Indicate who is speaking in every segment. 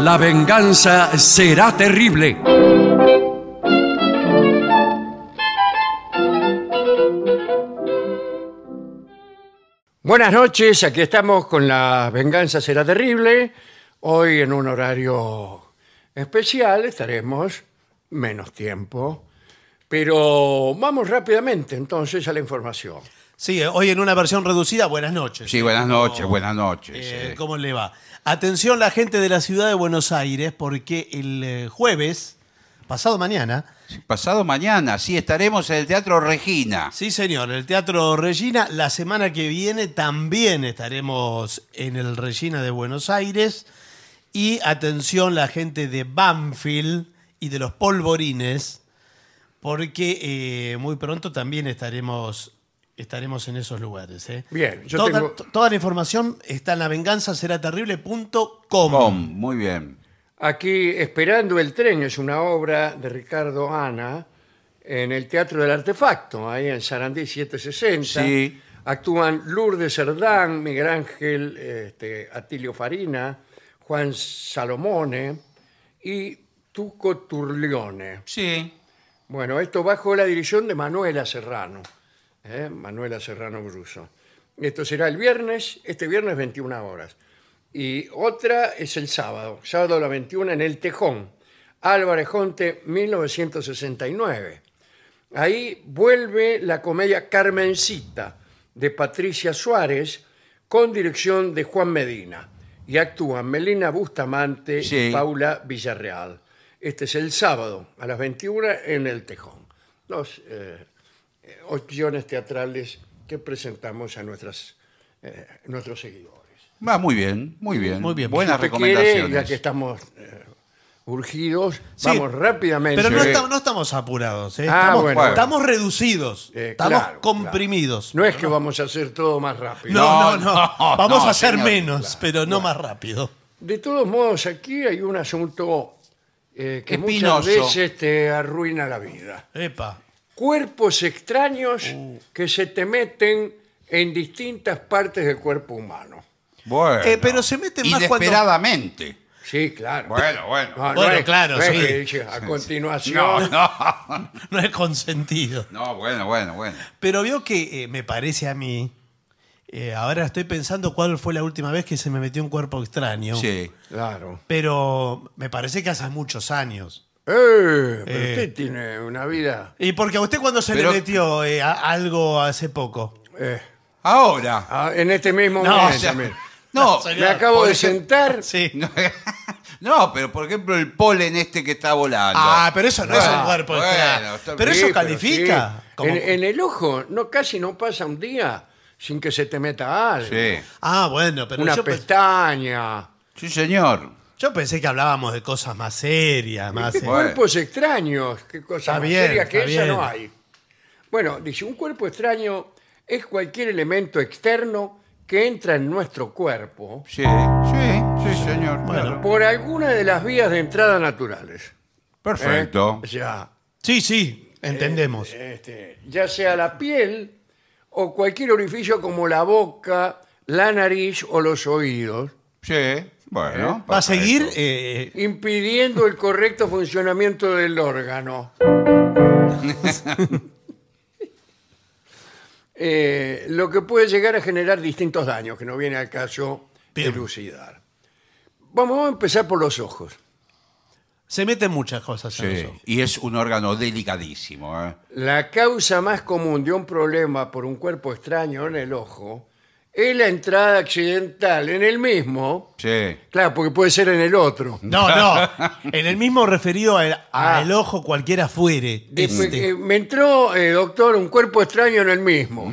Speaker 1: La venganza será terrible.
Speaker 2: Buenas noches, aquí estamos con La Venganza Será Terrible. Hoy en un horario especial estaremos menos tiempo, pero vamos rápidamente entonces a la información.
Speaker 3: Sí, eh, hoy en una versión reducida, buenas noches.
Speaker 4: Sí, buenas
Speaker 3: ¿Cómo-
Speaker 4: noches, buenas noches.
Speaker 3: eh,
Speaker 4: eh.
Speaker 3: ¿Cómo le va? Atención la gente de la ciudad de Buenos Aires, porque el eh, jueves, pasado mañana,
Speaker 4: eh. Pasado mañana, sí, estaremos en el Teatro Regina.
Speaker 3: sí señor, el Teatro Regina, la semana que viene también estaremos en el Regina de Buenos Aires. Y atención la gente de Banfield y de los polvorines, porque eh, muy pronto también estaremos, estaremos en esos lugares. ¿eh?
Speaker 2: Bien, yo
Speaker 3: toda,
Speaker 2: tengo-
Speaker 3: to- toda la información está en lavenganzaseraterrible.com.
Speaker 4: Com, muy bien.
Speaker 2: Aquí Esperando el Tren es una obra de Ricardo Ana en el Teatro del Artefacto, ahí en Sarandí 760.
Speaker 4: Sí.
Speaker 2: Actúan Lourdes Cerdán, Miguel Ángel este, Atilio Farina, Juan Salomone y Tuco Turlione.
Speaker 4: Sí.
Speaker 2: Bueno, esto bajo la dirección de Manuela Serrano. ¿eh? Manuela Serrano Bruso. Esto será el viernes, este viernes 21 horas. Y otra es el sábado, sábado a las 21 en El Tejón, Álvarez Jonte, 1969. Ahí vuelve la comedia Carmencita de Patricia Suárez con dirección de Juan Medina. Y actúan Melina Bustamante y
Speaker 4: Sí.
Speaker 2: Paula Villarreal. Este es el sábado a las 21 en El Tejón. Los eh, eh, opciones teatrales que presentamos a nuestras, eh, nuestros seguidores.
Speaker 4: Va muy bien, muy bien.
Speaker 3: Muy bien.
Speaker 4: Buenas
Speaker 2: ¿Usted quiere, ya
Speaker 4: recomendaciones.
Speaker 2: que estamos eh, urgidos,
Speaker 3: Sí,
Speaker 2: vamos rápidamente.
Speaker 3: Pero no,
Speaker 4: Sí.
Speaker 3: está- no estamos apurados, ¿eh?
Speaker 2: Ah,
Speaker 3: estamos,
Speaker 2: bueno.
Speaker 3: estamos reducidos,
Speaker 2: Eh,
Speaker 3: estamos
Speaker 2: claro,
Speaker 3: comprimidos.
Speaker 2: No es que vamos a hacer todo más rápido.
Speaker 3: No, no, no,
Speaker 4: No, no,
Speaker 3: vamos
Speaker 4: no,
Speaker 3: a hacer
Speaker 4: señor.
Speaker 3: menos, pero no más rápido.
Speaker 2: De todos modos, aquí hay un asunto eh, que muchas
Speaker 4: Espinoso.
Speaker 2: veces te arruina la vida.
Speaker 3: Epa.
Speaker 2: Cuerpos extraños
Speaker 3: Uh.
Speaker 2: que se te meten en distintas partes del cuerpo humano.
Speaker 4: Bueno.
Speaker 3: Eh, pero se meten más cuando- Ah,
Speaker 4: Inesperadamente.
Speaker 2: Sí, claro.
Speaker 4: Bueno, bueno.
Speaker 2: No, no
Speaker 3: Bueno,
Speaker 2: es-
Speaker 3: claro,
Speaker 2: no es
Speaker 3: sí.
Speaker 2: que dice, a continuación.
Speaker 4: No, no.
Speaker 3: No es consentido.
Speaker 4: No, bueno, bueno, bueno.
Speaker 3: Pero vio que eh, me parece a mí. eh, ahora estoy pensando cuál fue la última vez que se me metió un cuerpo extraño.
Speaker 4: Sí.
Speaker 2: Claro.
Speaker 3: Pero me parece que hace muchos años.
Speaker 2: Eh, pero
Speaker 3: Eh.
Speaker 2: usted tiene una vida.
Speaker 3: ¿Y porque a usted cuando se
Speaker 4: Pero-
Speaker 3: le metió eh, a- algo hace poco?
Speaker 2: eh,
Speaker 4: Ahora.
Speaker 2: ah, en este mismo
Speaker 3: No,
Speaker 2: momento.
Speaker 3: o sea,
Speaker 2: mire.
Speaker 4: No,
Speaker 3: No, señor.
Speaker 2: Me acabo
Speaker 4: por
Speaker 2: de
Speaker 4: ejemplo-
Speaker 2: sentar.
Speaker 3: Sí.
Speaker 4: no, no, pero por ejemplo el polen este que está volando.
Speaker 3: Ah, pero eso no es un
Speaker 4: Bueno,
Speaker 3: cuerpo
Speaker 4: bueno,
Speaker 3: extraño.
Speaker 4: está
Speaker 3: Pero
Speaker 4: bien.
Speaker 3: eso
Speaker 2: Sí,
Speaker 3: califica.
Speaker 2: sí.
Speaker 3: como-
Speaker 2: En, en el ojo no casi no pasa un día sin que se te meta algo.
Speaker 4: Sí.
Speaker 3: Ah, bueno, pero
Speaker 2: Una
Speaker 3: yo, pe-
Speaker 2: pestaña.
Speaker 4: Sí, señor.
Speaker 3: yo pensé que hablábamos de cosas más serias, más...
Speaker 2: ¿Qué
Speaker 3: eh,
Speaker 4: Bueno.
Speaker 2: Cuerpos extraños. Qué cosa
Speaker 3: Está
Speaker 2: más
Speaker 3: bien,
Speaker 2: seria que
Speaker 3: está
Speaker 2: esa
Speaker 3: bien.
Speaker 2: no hay. Bueno, dice, un cuerpo extraño es cualquier elemento externo que entra en nuestro cuerpo
Speaker 4: Sí, sí, sí, señor.
Speaker 3: Bueno.
Speaker 2: por alguna de las vías de entrada naturales. ¿eh?
Speaker 4: Perfecto.
Speaker 2: O sea,
Speaker 3: Sí, sí, entendemos.
Speaker 2: este, ya sea la piel o cualquier orificio como la boca, la nariz o los oídos.
Speaker 4: Sí,
Speaker 2: Eh,
Speaker 4: bueno.
Speaker 3: Va a seguir...
Speaker 4: perfecto.
Speaker 3: eh,
Speaker 2: impidiendo el correcto funcionamiento del órgano. Eh, lo que puede llegar a generar distintos daños, que no viene al caso
Speaker 3: Bien.
Speaker 2: elucidar. Vamos a empezar por los ojos.
Speaker 3: se meten muchas cosas en
Speaker 2: Eh,
Speaker 3: los
Speaker 4: Sí,
Speaker 3: ojos.
Speaker 4: y es un órgano delicadísimo. ¿eh?
Speaker 2: La causa más común de un problema por un cuerpo extraño en el ojo es la entrada accidental en el mismo,
Speaker 4: Sí.
Speaker 2: claro, porque puede ser en el otro,
Speaker 3: No, no. En el mismo referido al,
Speaker 2: Ah.
Speaker 3: al ojo cualquiera fuere.
Speaker 4: pues,
Speaker 2: Después,
Speaker 3: este.
Speaker 2: eh, me entró, eh, doctor, un cuerpo extraño en el mismo.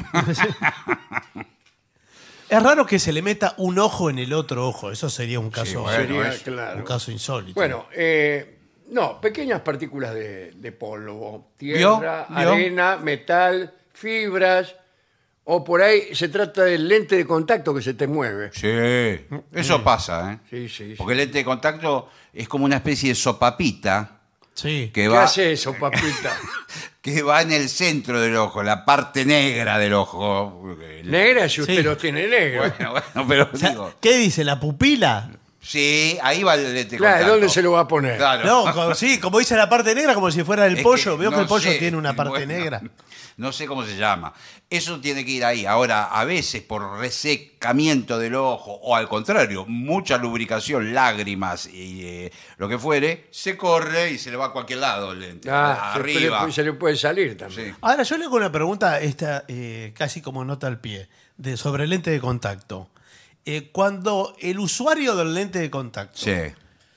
Speaker 3: Es raro que se le meta un ojo en el otro ojo. Eso sería un caso,
Speaker 4: bueno,
Speaker 2: Sería,
Speaker 4: es
Speaker 2: claro.
Speaker 3: un caso insólito.
Speaker 2: Bueno, eh, no, pequeñas partículas de, de polvo,
Speaker 4: ¿Vio?
Speaker 2: tierra,
Speaker 4: ¿Vio?
Speaker 2: arena, metal, fibras, o por ahí se trata del lente de contacto que se te mueve.
Speaker 4: Sí, eso pasa, ¿eh?
Speaker 2: Mm, Sí, sí. sí.
Speaker 4: Porque el lente de contacto es como una especie de sopapita
Speaker 3: Sí.
Speaker 4: que
Speaker 2: ¿Qué
Speaker 4: va,
Speaker 2: hace eso, papita?
Speaker 4: que va en el centro del ojo, la parte negra del ojo.
Speaker 2: negra, si usted
Speaker 3: Sí.
Speaker 2: los tiene negros.
Speaker 4: Bueno, bueno, pero
Speaker 3: O sea,
Speaker 4: digo,
Speaker 3: ¿Qué dice? ¿La pupila?
Speaker 4: Sí, ahí va el este
Speaker 2: Claro,
Speaker 4: contacto.
Speaker 2: ¿dónde se lo va a poner?
Speaker 4: Claro.
Speaker 3: No, co- sí, como dice la parte negra, como si fuera el
Speaker 4: Es
Speaker 3: pollo.
Speaker 4: que
Speaker 3: Veo que
Speaker 4: no
Speaker 3: el pollo
Speaker 4: sé,
Speaker 3: tiene una parte
Speaker 4: bueno,
Speaker 3: negra.
Speaker 4: No sé cómo se llama. Eso tiene que ir ahí. Ahora, a veces por resecamiento del ojo, o al contrario, mucha lubricación, lágrimas y eh, lo que fuere, se corre y se le va a cualquier lado el lente.
Speaker 2: Ah, se-
Speaker 4: arriba.
Speaker 2: Se, le, se le puede salir también.
Speaker 4: Sí.
Speaker 3: Ahora, yo le hago una pregunta, esta, eh, casi como nota al pie, de sobre el lente de contacto. Eh, cuando el usuario del lente de contacto
Speaker 4: Sí.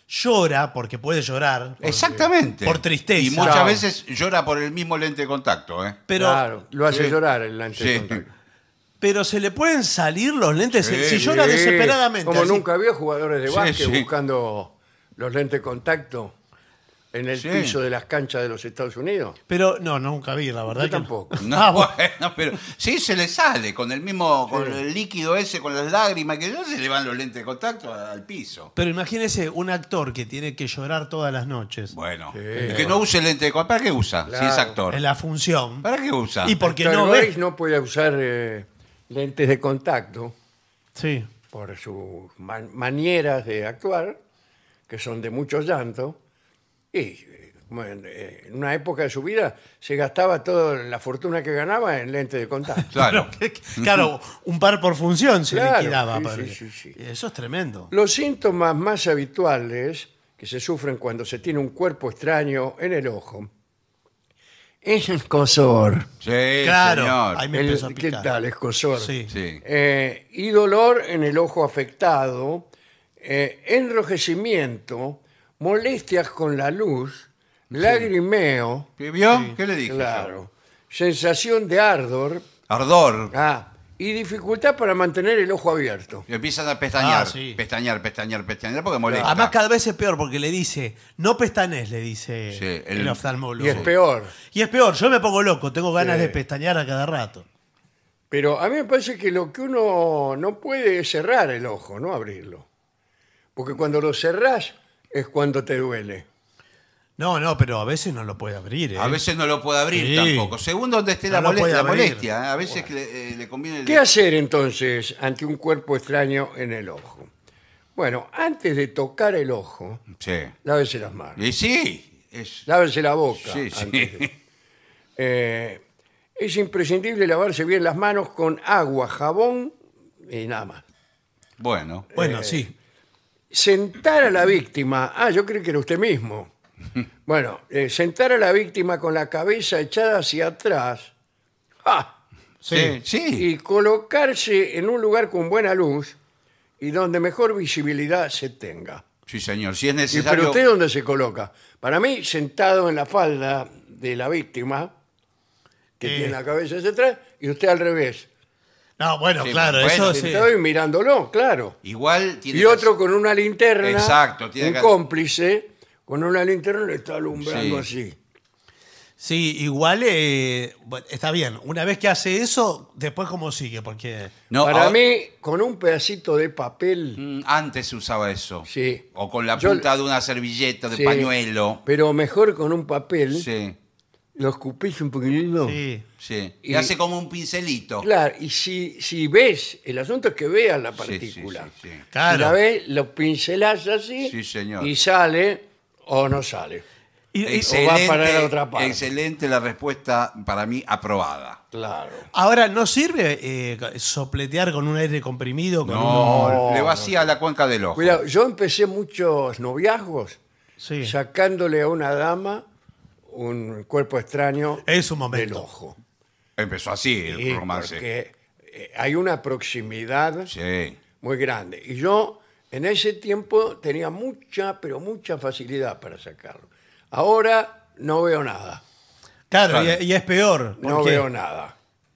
Speaker 3: llora, porque puede llorar, porque-
Speaker 4: Exactamente.
Speaker 3: por tristeza.
Speaker 4: Y muchas
Speaker 2: Claro.
Speaker 4: veces llora por el mismo lente de contacto, ¿eh?
Speaker 3: pero,
Speaker 2: claro, lo hace
Speaker 4: Sí.
Speaker 2: llorar el lente de
Speaker 4: Sí.
Speaker 2: contacto.
Speaker 3: pero se le pueden salir los lentes
Speaker 4: Sí,
Speaker 3: si llora
Speaker 2: Sí,
Speaker 3: desesperadamente.
Speaker 2: Como
Speaker 3: así.
Speaker 2: nunca había jugadores de
Speaker 4: Sí,
Speaker 2: básquet
Speaker 4: sí.
Speaker 2: buscando los lentes de contacto en el
Speaker 4: Sí.
Speaker 2: piso de las canchas de los Estados Unidos.
Speaker 3: Pero no, nunca vi, la verdad.
Speaker 2: Yo
Speaker 3: que no.
Speaker 2: tampoco.
Speaker 4: No,
Speaker 3: Ah, bueno.
Speaker 4: bueno, pero sí se le sale con el mismo, con el líquido ese, con las lágrimas, que ya se le van los lentes de contacto al piso.
Speaker 3: Pero imagínese un actor que tiene que llorar todas las noches
Speaker 4: Bueno,
Speaker 2: Sí.
Speaker 4: el que no use lente de contacto, ¿para qué usa? Si es
Speaker 2: Claro.
Speaker 4: actor.
Speaker 3: en la función.
Speaker 4: ¿Para qué usa?
Speaker 3: Y porque
Speaker 2: Héctor
Speaker 3: no
Speaker 2: Goris
Speaker 3: ve.
Speaker 2: no puede usar eh, lentes de contacto
Speaker 3: Sí.
Speaker 2: por sus man- maneras de actuar, que son de muchos llantos. Y eh, como en eh, en una época de su vida se gastaba toda la fortuna que ganaba en lentes de contacto.
Speaker 4: Claro.
Speaker 3: Claro, un par por función se
Speaker 2: Claro,
Speaker 3: liquidaba.
Speaker 2: sí,
Speaker 3: padre.
Speaker 2: sí, sí, sí.
Speaker 3: Eso es tremendo.
Speaker 2: Los síntomas más habituales que se sufren cuando se tiene un cuerpo extraño en el ojo es el cosor.
Speaker 4: Sí,
Speaker 3: claro.
Speaker 4: señor.
Speaker 3: Ahí me
Speaker 2: El-
Speaker 3: empezó a
Speaker 2: ¿Qué
Speaker 3: picar.
Speaker 2: tal? Escosor.
Speaker 3: Sí.
Speaker 4: Sí.
Speaker 2: Eh, y dolor en el ojo afectado, eh, enrojecimiento, molestias con la luz, lagrimeo,
Speaker 4: ¿Qué ¿Vio? ¿Qué le dije?
Speaker 2: claro, sensación de ardor
Speaker 4: Ardor.
Speaker 2: ah, y dificultad para mantener el ojo abierto.
Speaker 4: Empiezan a pestañear,
Speaker 3: Ah, sí.
Speaker 4: pestañear, pestañear, pestañear, porque molesta.
Speaker 3: Además, cada vez es peor porque le dice, no pestañes, le dice
Speaker 4: Sí,
Speaker 3: el,
Speaker 4: el-
Speaker 3: oftalmólogo.
Speaker 2: Y es peor.
Speaker 3: Y es peor, yo me pongo loco, tengo ganas
Speaker 2: Sí.
Speaker 3: de pestañear a cada rato.
Speaker 2: Pero a mí me parece que lo que uno no puede es cerrar el ojo, no abrirlo. Porque cuando lo cerrás es cuando te duele.
Speaker 3: No, no, pero a veces no lo puede abrir. ¿eh?
Speaker 4: A veces no lo puede abrir
Speaker 3: Sí.
Speaker 4: tampoco. Según donde esté
Speaker 3: No
Speaker 4: la,
Speaker 3: lo
Speaker 4: molestia,
Speaker 3: puede
Speaker 4: la
Speaker 3: abrir.
Speaker 4: molestia, ¿eh? A veces que le, eh, le conviene...
Speaker 2: ¿Qué hacer entonces ante un cuerpo extraño en el ojo? Bueno, antes de tocar el ojo,
Speaker 4: Sí.
Speaker 2: lávese las manos,
Speaker 4: Y sí. Es...
Speaker 2: lávese la boca.
Speaker 4: Sí, sí.
Speaker 2: antes de- Eh, es imprescindible lavarse bien las manos con agua, jabón y nada más.
Speaker 4: Bueno.
Speaker 3: Bueno, sí.
Speaker 2: Sentar a la víctima, ah, yo creo que era usted mismo. Bueno, eh, sentar a la víctima con la cabeza echada hacia atrás. ¡Ah!
Speaker 4: Sí, sí.
Speaker 2: y colocarse en un lugar con buena luz y donde mejor visibilidad se tenga.
Speaker 4: Sí, señor. Si es
Speaker 2: Y,
Speaker 4: necesario.
Speaker 2: pero usted dónde se coloca? Para mí, sentado en la falda de la víctima, que
Speaker 3: Eh.
Speaker 2: tiene la cabeza hacia atrás, y usted al revés,
Speaker 3: No, bueno,
Speaker 4: Sí,
Speaker 3: claro,
Speaker 4: bueno,
Speaker 3: eso
Speaker 4: sí.
Speaker 3: sí.
Speaker 2: sentado y mirándolo, claro.
Speaker 4: Igual tiene
Speaker 2: Y
Speaker 4: que
Speaker 2: otro con una linterna,
Speaker 4: Exacto, tiene
Speaker 2: un
Speaker 4: que-
Speaker 2: cómplice, con una linterna le está alumbrando así.
Speaker 3: Sí, igual eh, bueno, está bien. Una vez que hace eso, después cómo sigue, porque
Speaker 4: No,
Speaker 2: Para
Speaker 4: ahora-
Speaker 2: mí, con un pedacito de papel,
Speaker 4: Mm, Antes se usaba eso.
Speaker 2: Sí.
Speaker 4: O con la
Speaker 2: Yo-
Speaker 4: punta de una servilleta, de
Speaker 2: sí,
Speaker 4: pañuelo.
Speaker 2: pero mejor con un papel,
Speaker 4: Sí,
Speaker 2: lo escupís un poquitito.
Speaker 3: sí,
Speaker 4: sí.
Speaker 2: Y-
Speaker 4: Y hace como un pincelito.
Speaker 2: Claro, y si, si ves, el asunto es que veas la
Speaker 4: Sí, sí,
Speaker 2: partícula.
Speaker 4: sí, sí.
Speaker 2: Si la
Speaker 3: claro.
Speaker 2: ves, lo pincelás así
Speaker 4: Sí, señor.
Speaker 2: y sale o no sale.
Speaker 3: Y- y-
Speaker 2: o va a parar a otra parte.
Speaker 4: E- excelente la respuesta para mí aprobada.
Speaker 2: Claro.
Speaker 3: ahora, ¿no sirve eh, sopletear con un aire comprimido? Con
Speaker 4: No,
Speaker 2: No,
Speaker 4: le vacía la cuenca del ojo.
Speaker 2: Cuidado, yo empecé muchos noviazgos
Speaker 3: un- sí.
Speaker 2: sacándole a una dama un cuerpo extraño
Speaker 3: Es un momento.
Speaker 2: del ojo.
Speaker 4: Empezó así el
Speaker 2: Sí,
Speaker 4: romance.
Speaker 2: Porque eh, hay una proximidad
Speaker 4: Sí.
Speaker 2: muy grande. Y yo en ese tiempo tenía mucha, pero mucha facilidad para sacarlo. Ahora no veo nada.
Speaker 3: Claro,
Speaker 4: Claro.
Speaker 3: Y, y es peor.
Speaker 2: No
Speaker 3: porque,
Speaker 2: veo nada.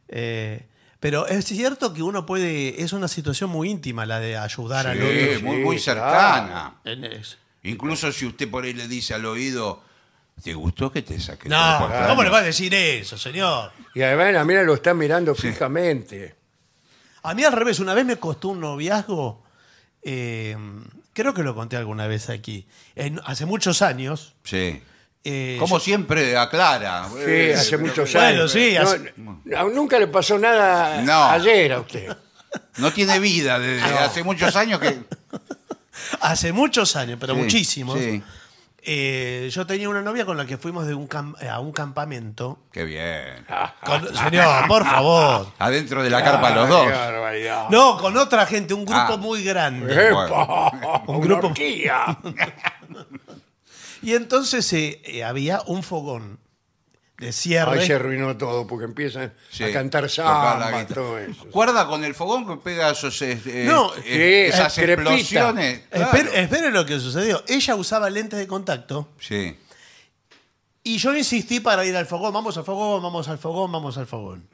Speaker 3: eh, pero es cierto que uno puede. Es una situación muy íntima la de ayudar al
Speaker 4: Sí,
Speaker 3: otro.
Speaker 4: muy,
Speaker 2: sí,
Speaker 4: muy cercana.
Speaker 3: En- es-
Speaker 4: Incluso si usted por ahí le dice al oído, ¿te gustó que te saque? el
Speaker 3: No,
Speaker 4: cuerpo extraño?"
Speaker 3: ¿cómo le va a decir eso, señor?
Speaker 2: Y además la mira lo está mirando fijamente.
Speaker 3: A mí al revés, una vez me costó un noviazgo, eh, creo que lo conté alguna vez aquí, en- hace muchos años.
Speaker 4: Sí.
Speaker 3: eh,
Speaker 4: Como
Speaker 3: yo-
Speaker 4: siempre aclara.
Speaker 2: Sí,
Speaker 4: Eh,
Speaker 2: hace
Speaker 4: pero-
Speaker 2: muchos
Speaker 3: bueno,
Speaker 2: años.
Speaker 3: sí,
Speaker 2: No,
Speaker 3: hace-
Speaker 2: no, nunca le pasó nada
Speaker 4: No.
Speaker 2: ayer a usted.
Speaker 4: No tiene vida desde hace muchos años que.
Speaker 3: hace muchos años, pero
Speaker 4: Sí,
Speaker 3: muchísimos.
Speaker 4: sí.
Speaker 3: eh, yo tenía una novia con la que fuimos de un cam- eh, a un campamento.
Speaker 4: Qué bien.
Speaker 3: Con- señor, por favor.
Speaker 4: Adentro de la carpa los dos.
Speaker 2: Qué barbaridad.
Speaker 3: No, con otra gente, un grupo
Speaker 4: Ah.
Speaker 3: muy grande.
Speaker 2: ¡Epa!
Speaker 3: Un
Speaker 2: ¡Una
Speaker 3: grupo-
Speaker 2: orgía!
Speaker 3: Y entonces eh, eh, había un fogón de cierre.
Speaker 2: Ahí se arruinó todo porque empiezan
Speaker 4: Sí,
Speaker 2: a cantar
Speaker 4: tocar la
Speaker 2: samba,
Speaker 4: guitarra.
Speaker 2: todo eso.
Speaker 4: Guarda con el fogón que pega esos, es- eh,
Speaker 3: No,
Speaker 4: eh,
Speaker 2: sí,
Speaker 4: esas
Speaker 2: crepita.
Speaker 4: explosiones.
Speaker 3: Espere-
Speaker 4: Claro.
Speaker 3: espere lo que sucedió. Ella usaba lentes de contacto
Speaker 4: Sí.
Speaker 3: y yo insistí para ir al fogón. Vamos al fogón, vamos al fogón, vamos al fogón.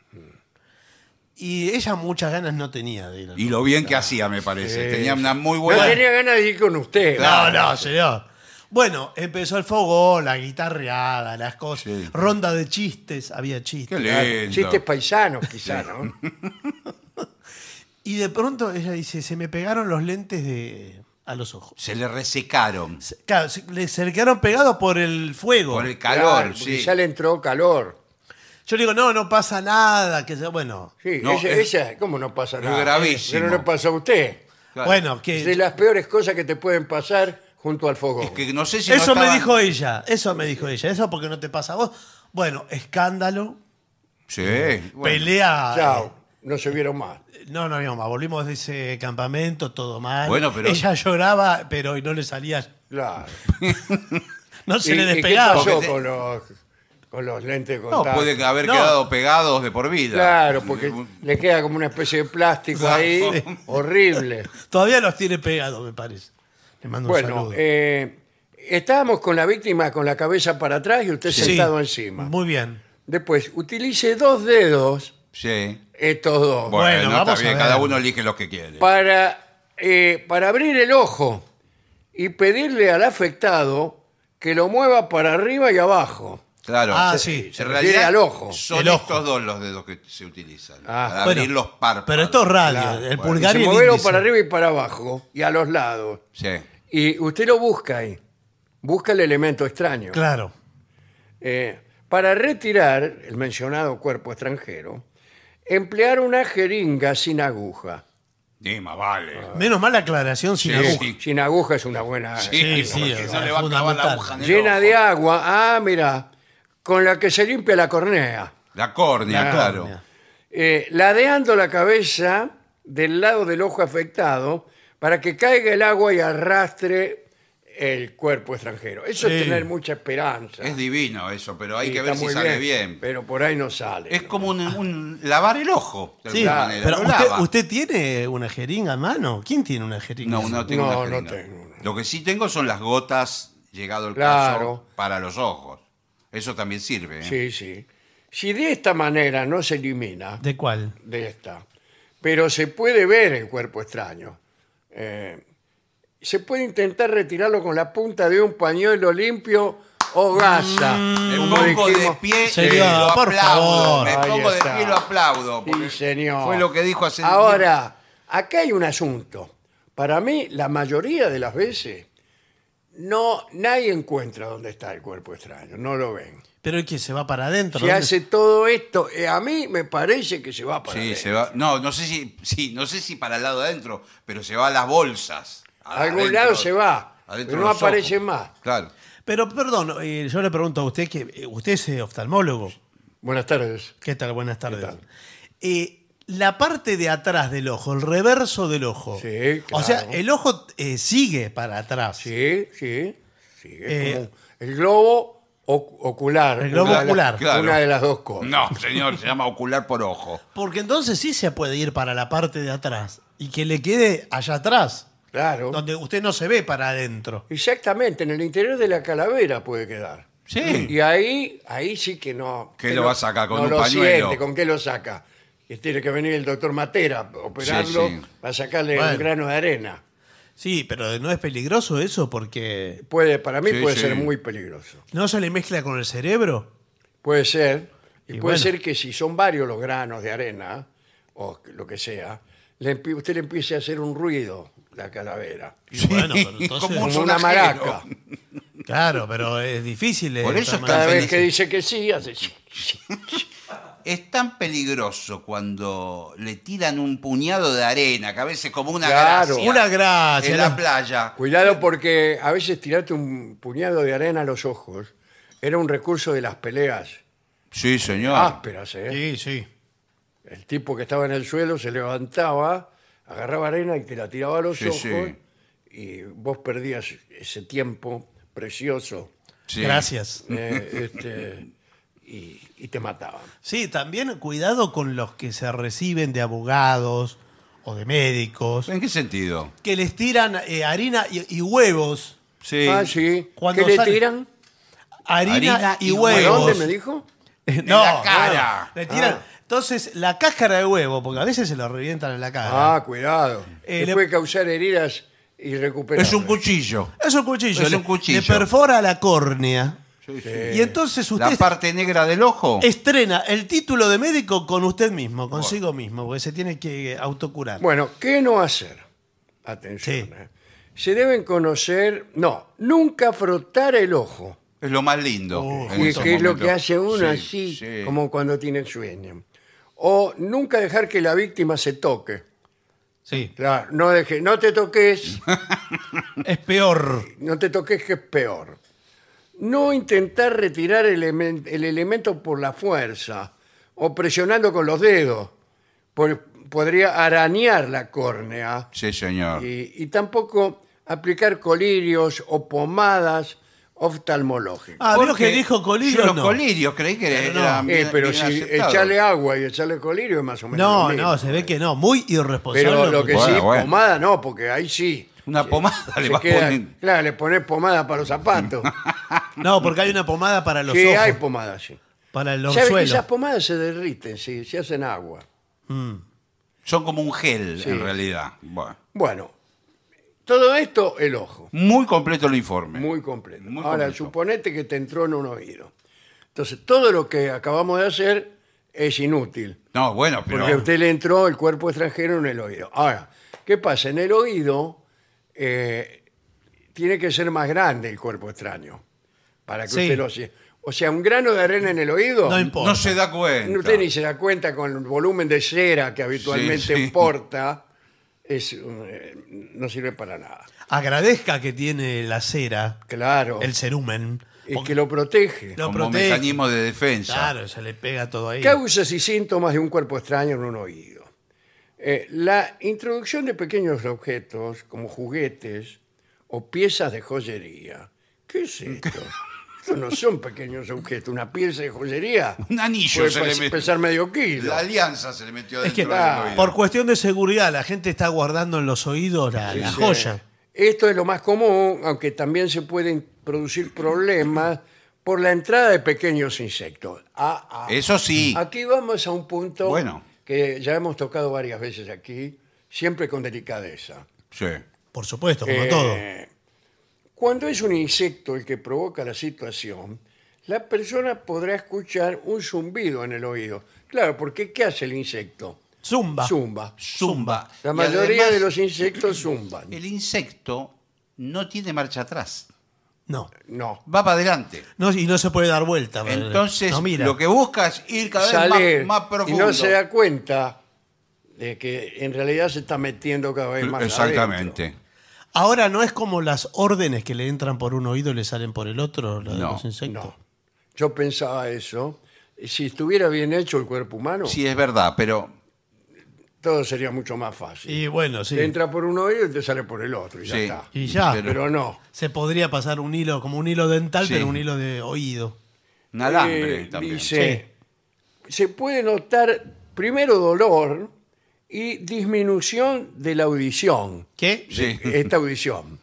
Speaker 3: Y ella muchas ganas no tenía de ir. al
Speaker 4: Y lo bien que hacía, me parece. Tenía una muy
Speaker 2: No
Speaker 4: buena.
Speaker 2: tenía ganas de ir con usted.
Speaker 3: No, no, señor. Bueno, empezó el fogón, la guitarreada, las cosas.
Speaker 4: Sí.
Speaker 3: Ronda de chistes, había chistes.
Speaker 4: Qué
Speaker 2: Claro,
Speaker 4: lindo.
Speaker 2: Ah, Chistes paisanos, quizá, ¿no?
Speaker 3: Y de pronto ella dice, se me pegaron los lentes de... a los ojos.
Speaker 4: Se le resecaron
Speaker 3: Se- Claro, se, le- se le quedaron pegados por el fuego.
Speaker 4: por el calor.
Speaker 2: Claro, porque
Speaker 4: sí.
Speaker 2: Ya le entró calor.
Speaker 3: Yo le digo, no, no pasa nada. Que, se- bueno,
Speaker 2: Sí,
Speaker 4: No,
Speaker 2: esa,
Speaker 4: es-
Speaker 2: esa- ¿cómo no pasa nada?
Speaker 4: gravísimo.
Speaker 2: Pero no le pasa a usted.
Speaker 4: Claro.
Speaker 3: bueno,
Speaker 2: Es de
Speaker 3: que...
Speaker 2: las peores cosas que te pueden pasar junto al fogón.
Speaker 4: Es que no sé si. no
Speaker 3: Eso me
Speaker 4: estaban-
Speaker 3: dijo ella, eso me dijo ella, eso porque no te pasa a vos. Bueno, escándalo,
Speaker 4: Sí. bueno.
Speaker 3: pelea.
Speaker 2: Chao, no se vieron más.
Speaker 3: eh, No, no, no, más, volvimos de ese campamento, todo mal.
Speaker 4: Bueno, pero-
Speaker 3: Ella lloraba, pero no le salía,
Speaker 2: Claro.
Speaker 3: no se
Speaker 2: ¿Y-
Speaker 3: le
Speaker 2: y
Speaker 3: despegaba.
Speaker 2: ¿Qué pasó
Speaker 4: Porque te-
Speaker 2: con los, con los lentes de
Speaker 4: No,
Speaker 2: contacto?
Speaker 4: puede haber
Speaker 3: No.
Speaker 4: quedado pegados de por vida.
Speaker 2: Claro, porque
Speaker 4: Un-
Speaker 2: le queda como una especie de plástico
Speaker 4: Claro.
Speaker 2: ahí, horrible.
Speaker 3: Todavía los tiene pegados, me parece. Le mando un
Speaker 2: Bueno,
Speaker 3: saludo.
Speaker 2: eh, estábamos con la víctima con la cabeza para atrás y usted
Speaker 3: Sí,
Speaker 2: sentado encima.
Speaker 3: Muy bien.
Speaker 2: Después, utilice dos dedos,
Speaker 4: Sí.
Speaker 2: estos dos,
Speaker 4: Bueno,
Speaker 3: Bueno,
Speaker 4: está
Speaker 3: vamos a
Speaker 4: bien,
Speaker 3: ver.
Speaker 4: cada uno elige lo que quiere.
Speaker 2: para, eh, para abrir el ojo y pedirle al afectado que lo mueva para arriba y abajo.
Speaker 4: Claro.
Speaker 3: Ah,
Speaker 4: Se-
Speaker 3: sí.
Speaker 2: Se
Speaker 4: en
Speaker 2: refiere
Speaker 4: realidad
Speaker 2: al ojo.
Speaker 4: Son
Speaker 3: El ojo.
Speaker 4: estos dos los dedos que se utilizan.
Speaker 2: Ah.
Speaker 4: para
Speaker 3: Bueno,
Speaker 4: abrir los párpados.
Speaker 3: Pero esto es radio,
Speaker 2: Claro,
Speaker 3: el
Speaker 4: bueno.
Speaker 3: pulgar y
Speaker 2: se
Speaker 3: el
Speaker 2: moverlo
Speaker 3: índice.
Speaker 2: para arriba y para abajo y a los lados.
Speaker 4: Sí.
Speaker 2: Y usted lo busca ahí. Busca el elemento extraño.
Speaker 3: Claro.
Speaker 2: Eh, para retirar el mencionado cuerpo extranjero, emplear una jeringa sin aguja.
Speaker 4: Sí, más vale.
Speaker 3: Menos mal la aclaración sin
Speaker 4: Sí,
Speaker 3: aguja.
Speaker 4: Eh, sí.
Speaker 2: Sin aguja es una buena.
Speaker 3: Sí,
Speaker 4: Sí,
Speaker 3: sí,
Speaker 4: porque
Speaker 3: es
Speaker 4: no le va a clavar la
Speaker 3: fundamental.
Speaker 4: aguja en el
Speaker 2: llena
Speaker 4: ojo.
Speaker 2: de agua. Ah, mira. Con la que se limpia la cornea.
Speaker 4: La córnea,
Speaker 2: La
Speaker 4: claro.
Speaker 3: córnea.
Speaker 2: Eh, ladeando la cabeza del lado del ojo afectado para que caiga el agua y arrastre el cuerpo extranjero. Eso es
Speaker 3: Sí.
Speaker 2: tener mucha esperanza.
Speaker 4: Es divino eso, pero hay
Speaker 2: Sí,
Speaker 4: que ver
Speaker 2: está
Speaker 4: si
Speaker 2: muy
Speaker 4: sale bien.
Speaker 2: Pero por ahí no sale.
Speaker 4: Es como un, un lavar el ojo, de
Speaker 3: Sí,
Speaker 4: alguna manera.
Speaker 3: pero
Speaker 4: Lo
Speaker 3: usted,
Speaker 4: lava.
Speaker 3: usted tiene una jeringa en mano. ¿Quién tiene una jeringa?
Speaker 4: No, no tengo
Speaker 2: No,
Speaker 4: una
Speaker 2: no
Speaker 4: jeringa.
Speaker 2: tengo.
Speaker 4: Lo que sí tengo son las gotas, llegado el
Speaker 2: Claro.
Speaker 4: caso, para los ojos. Eso también sirve. ¿eh?
Speaker 2: Sí, sí. Si de esta manera no se elimina,
Speaker 3: ¿De cuál?
Speaker 2: de esta, pero se puede ver el cuerpo extraño, eh, se puede intentar retirarlo con la punta de un pañuelo limpio o gasa.
Speaker 3: Mm.
Speaker 4: Me
Speaker 2: como
Speaker 4: pongo Mm, de
Speaker 2: dijimos.
Speaker 4: pie y
Speaker 3: Señor,
Speaker 4: lo
Speaker 3: por
Speaker 4: aplaudo.
Speaker 3: favor.
Speaker 4: Me
Speaker 2: Ahí
Speaker 4: pongo de
Speaker 2: está.
Speaker 4: pie y lo aplaudo. porque
Speaker 2: Sí, señor.
Speaker 4: Fue lo que dijo hace
Speaker 2: Ahora, acá hay un asunto. Para mí, la mayoría de las veces, no, nadie encuentra dónde está el cuerpo extraño, no lo ven.
Speaker 3: Pero es que se va para adentro.
Speaker 2: Si
Speaker 3: ¿dónde?
Speaker 2: hace todo esto, eh, a mí me parece que se va para
Speaker 4: Sí,
Speaker 2: adentro.
Speaker 4: se va. No, no sé si, sí, no sé si para el lado de adentro, pero se va a las bolsas.
Speaker 2: A algún lado se va,
Speaker 4: adentro
Speaker 2: pero no
Speaker 4: los ojos.
Speaker 2: aparece más.
Speaker 4: Claro.
Speaker 3: Pero perdón, eh, yo le pregunto a usted que eh, usted es eh, oftalmólogo.
Speaker 2: Buenas tardes.
Speaker 3: ¿Qué tal? Buenas tardes.
Speaker 2: tal?
Speaker 3: Eh, la parte de atrás del ojo, el reverso del ojo.
Speaker 2: Sí,
Speaker 3: O sea,
Speaker 2: claro.
Speaker 3: el ojo eh, sigue para atrás.
Speaker 2: Sí, sí. sí, es
Speaker 3: Eh,
Speaker 2: como el globo oc- ocular.
Speaker 3: El globo
Speaker 2: una de las-
Speaker 3: ocular.
Speaker 4: Claro.
Speaker 2: Una de las dos cosas.
Speaker 4: No, señor, se llama ocular por ojo.
Speaker 3: Porque entonces sí se puede ir para la parte de atrás y que le quede allá atrás,
Speaker 2: Claro.
Speaker 3: donde usted no se ve para adentro.
Speaker 2: Exactamente, en el interior de la calavera puede quedar.
Speaker 4: Sí.
Speaker 2: Y ahí, ahí sí que no.
Speaker 4: ¿Qué
Speaker 2: que
Speaker 4: lo
Speaker 2: no-
Speaker 4: va a sacar? ¿Con
Speaker 2: no
Speaker 4: un
Speaker 2: lo
Speaker 4: pañuelo?
Speaker 2: siente, ¿Con qué lo saca? Que tiene que venir el doctor Matera a operarlo
Speaker 4: Sí, sí.
Speaker 2: para sacarle
Speaker 3: Bueno.
Speaker 2: un grano de arena.
Speaker 3: Sí, pero no es peligroso eso porque
Speaker 2: Puede, para mí
Speaker 4: Sí,
Speaker 2: puede
Speaker 4: sí.
Speaker 2: ser muy peligroso.
Speaker 3: no se le mezcla con el cerebro.
Speaker 2: Puede ser. Y,
Speaker 3: Y
Speaker 2: puede
Speaker 3: bueno.
Speaker 2: ser que si son varios los granos de arena, o lo que sea, le empie- usted le empiece a hacer un ruido la calavera.
Speaker 3: Y bueno, pero entonces-
Speaker 4: como un
Speaker 2: Como una
Speaker 4: sonajero.
Speaker 2: maraca.
Speaker 3: Claro, pero es difícil. eh, de
Speaker 4: Por
Speaker 3: otra
Speaker 4: eso está-
Speaker 2: Cada
Speaker 3: manera.
Speaker 2: vez que dice que sí, hace...
Speaker 4: Es tan peligroso cuando le tiran un puñado de arena, que a veces como una
Speaker 2: Claro.
Speaker 4: gracia.
Speaker 3: Una gracia,
Speaker 4: En la
Speaker 3: la-
Speaker 4: playa.
Speaker 2: Cuidado porque a veces tirarte un puñado de arena a los ojos era un recurso de las peleas
Speaker 4: Sí, señor.
Speaker 2: ásperas. ¿eh?
Speaker 3: Sí, sí.
Speaker 2: El tipo que estaba en el suelo se levantaba, agarraba arena y te la tiraba a los
Speaker 4: Sí,
Speaker 2: ojos
Speaker 4: sí.
Speaker 2: y vos perdías ese tiempo precioso
Speaker 4: Sí.
Speaker 3: Gracias.
Speaker 2: eh, este, y, y te mataban.
Speaker 3: Sí, también cuidado con los que se reciben de abogados o de médicos,
Speaker 4: ¿En qué sentido?
Speaker 3: que les tiran eh, harina y, y huevos.
Speaker 4: Sí.
Speaker 2: Ah, sí.
Speaker 3: Cuando
Speaker 2: ¿Qué le
Speaker 3: sale-
Speaker 2: tiran?
Speaker 3: Harina,
Speaker 4: Harina
Speaker 3: y,
Speaker 4: y
Speaker 2: ¿A
Speaker 3: huevos.
Speaker 2: dónde me dijo?
Speaker 3: no,
Speaker 4: la cara.
Speaker 3: no, le tiran-
Speaker 2: Ah.
Speaker 3: Entonces, la cáscara de huevo, porque a veces se lo revientan en la cara.
Speaker 2: Ah, cuidado.
Speaker 3: Eh,
Speaker 2: Te
Speaker 3: le-
Speaker 2: puede causar heridas y recuperar.
Speaker 4: Es un cuchillo.
Speaker 3: Es un cuchillo.
Speaker 4: Es
Speaker 3: le-
Speaker 4: un cuchillo.
Speaker 3: Le perfora la córnea. Y entonces
Speaker 4: La
Speaker 3: usted
Speaker 4: parte negra del ojo.
Speaker 3: estrena el título de médico con usted mismo, consigo mismo, porque se tiene que autocurar.
Speaker 2: Bueno, ¿qué no hacer? Atención.
Speaker 3: Sí.
Speaker 2: eh. Se deben conocer, no, nunca frotar el ojo.
Speaker 4: Es lo más lindo.
Speaker 3: Oh.
Speaker 4: en
Speaker 2: Y es
Speaker 4: esos
Speaker 2: que es lo
Speaker 4: momentos.
Speaker 2: que hace uno
Speaker 4: Sí,
Speaker 2: así,
Speaker 4: sí.
Speaker 2: como cuando tiene sueño. O nunca dejar que la víctima se toque.
Speaker 3: Sí.
Speaker 2: Claro, no deje, no te toques,
Speaker 3: Es peor.
Speaker 2: no te toques que es peor. No intentar retirar elemen- el elemento por la fuerza o presionando con los dedos. por- podría arañar la córnea.
Speaker 4: Sí, señor.
Speaker 2: y, y tampoco aplicar colirios o pomadas oftalmológicas.
Speaker 3: Ah, veo
Speaker 4: Porque
Speaker 3: que dijo
Speaker 4: yo
Speaker 3: colirio.
Speaker 4: los
Speaker 3: No,
Speaker 4: colirios creí que
Speaker 3: Pero no.
Speaker 4: eran bien-
Speaker 2: Eh, pero
Speaker 4: bien
Speaker 2: si
Speaker 4: aceptados.
Speaker 2: echarle agua y echarle colirio es más o menos.
Speaker 3: no,
Speaker 2: lo mismo.
Speaker 3: no, se ve que no. Muy irresponsable.
Speaker 2: Pero lo que
Speaker 4: Bueno,
Speaker 2: sí,
Speaker 4: bueno.
Speaker 2: pomada no, porque ahí sí.
Speaker 4: Una
Speaker 2: Se-
Speaker 4: pomada
Speaker 2: se
Speaker 4: le vas
Speaker 2: queda-
Speaker 4: poniendo.
Speaker 2: Claro, le pones pomada para los zapatos.
Speaker 3: No, porque hay una pomada para los
Speaker 2: sí,
Speaker 3: ojos.
Speaker 2: hay pomada, sí.
Speaker 3: para el
Speaker 2: ¿Sabe que
Speaker 3: orzuelo.
Speaker 2: Esas pomadas se derriten, sí, se hacen agua.
Speaker 4: Son como un gel,
Speaker 2: Sí.
Speaker 4: en realidad. Bueno,
Speaker 2: Bueno, todo esto, el ojo.
Speaker 4: muy completo el informe.
Speaker 2: Muy completo.
Speaker 4: Muy
Speaker 2: Ahora,
Speaker 4: completo.
Speaker 2: suponete que te entró en un oído. Entonces, todo lo que acabamos de hacer es inútil.
Speaker 4: No, bueno, pero.
Speaker 2: Porque a usted le entró el cuerpo extranjero en el oído. Ahora, ¿qué pasa? En el oído eh, tiene que ser más grande el cuerpo extraño. Para que
Speaker 3: Sí.
Speaker 2: usted lo sie- O sea, un grano de arena en el oído.
Speaker 3: No importa.
Speaker 4: No se da cuenta.
Speaker 2: usted ni se da cuenta con el volumen de cera que habitualmente
Speaker 4: sí.
Speaker 2: porta. Es, eh, no sirve para nada.
Speaker 3: Agradezca que tiene la cera,
Speaker 2: Claro.
Speaker 3: el cerumen.
Speaker 2: es
Speaker 3: porque
Speaker 2: que lo protege.
Speaker 3: lo
Speaker 4: Como
Speaker 3: protege.
Speaker 4: mecanismo de defensa.
Speaker 3: Claro, se le pega todo ahí.
Speaker 2: Causas y síntomas de un cuerpo extraño en un oído. Eh, la introducción de pequeños objetos como juguetes o piezas de joyería. ¿Qué es esto? Esto no son pequeños objetos. Una pieza de joyería
Speaker 4: Un anillo
Speaker 2: puede
Speaker 4: se le
Speaker 2: pas-
Speaker 4: mete.
Speaker 2: pesar medio kilo.
Speaker 4: La alianza se le metió
Speaker 3: Es que
Speaker 4: dentro del oído.
Speaker 3: por cuestión de seguridad la gente está guardando en los oídos la, la
Speaker 2: Dice,
Speaker 3: joya.
Speaker 2: Esto es lo más común, aunque también se pueden producir problemas por la entrada de pequeños insectos. Ah, ah.
Speaker 4: Eso sí.
Speaker 2: Aquí vamos a un punto
Speaker 4: Bueno.
Speaker 2: que ya hemos tocado varias veces aquí, siempre con delicadeza.
Speaker 4: Sí.
Speaker 3: Por supuesto, como
Speaker 2: Eh,
Speaker 3: todo.
Speaker 2: Cuando es un insecto el que provoca la situación, la persona podrá escuchar un zumbido en el oído. Claro, porque ¿qué hace el insecto?
Speaker 3: Zumba.
Speaker 2: Zumba.
Speaker 3: Zumba.
Speaker 2: La
Speaker 4: Y
Speaker 2: mayoría
Speaker 4: además,
Speaker 2: de los insectos zumban.
Speaker 4: El insecto no tiene marcha atrás.
Speaker 3: No.
Speaker 2: No.
Speaker 4: Va para adelante.
Speaker 3: No, Y no se puede dar vuelta.
Speaker 4: Entonces,
Speaker 3: no mira.
Speaker 4: lo que busca es ir cada
Speaker 2: Sale
Speaker 4: vez más, más
Speaker 2: y
Speaker 4: profundo.
Speaker 2: no se da cuenta de que en realidad se está metiendo cada vez más.
Speaker 4: Exactamente.
Speaker 2: adentro.
Speaker 3: Ahora no es como las órdenes que le entran por un oído y le salen por el otro, la de
Speaker 4: No,
Speaker 3: los insectos.
Speaker 2: No. Yo pensaba eso. Si estuviera bien hecho el cuerpo humano,
Speaker 4: Sí, es verdad, pero
Speaker 2: todo sería mucho más fácil.
Speaker 3: Y bueno, sí.
Speaker 2: Te entra por un oído y te sale por el otro y ya
Speaker 4: Sí.
Speaker 2: está.
Speaker 3: Y ya.
Speaker 4: Pero-
Speaker 2: Pero no.
Speaker 3: Se podría pasar un hilo, como un hilo dental,
Speaker 4: Sí.
Speaker 3: pero un hilo de oído.
Speaker 4: un alambre
Speaker 2: Eh,
Speaker 4: también.
Speaker 2: Dice, se puede notar primero dolor y disminución de la audición.
Speaker 3: ¿Qué?
Speaker 4: Sí.
Speaker 2: Esta audición.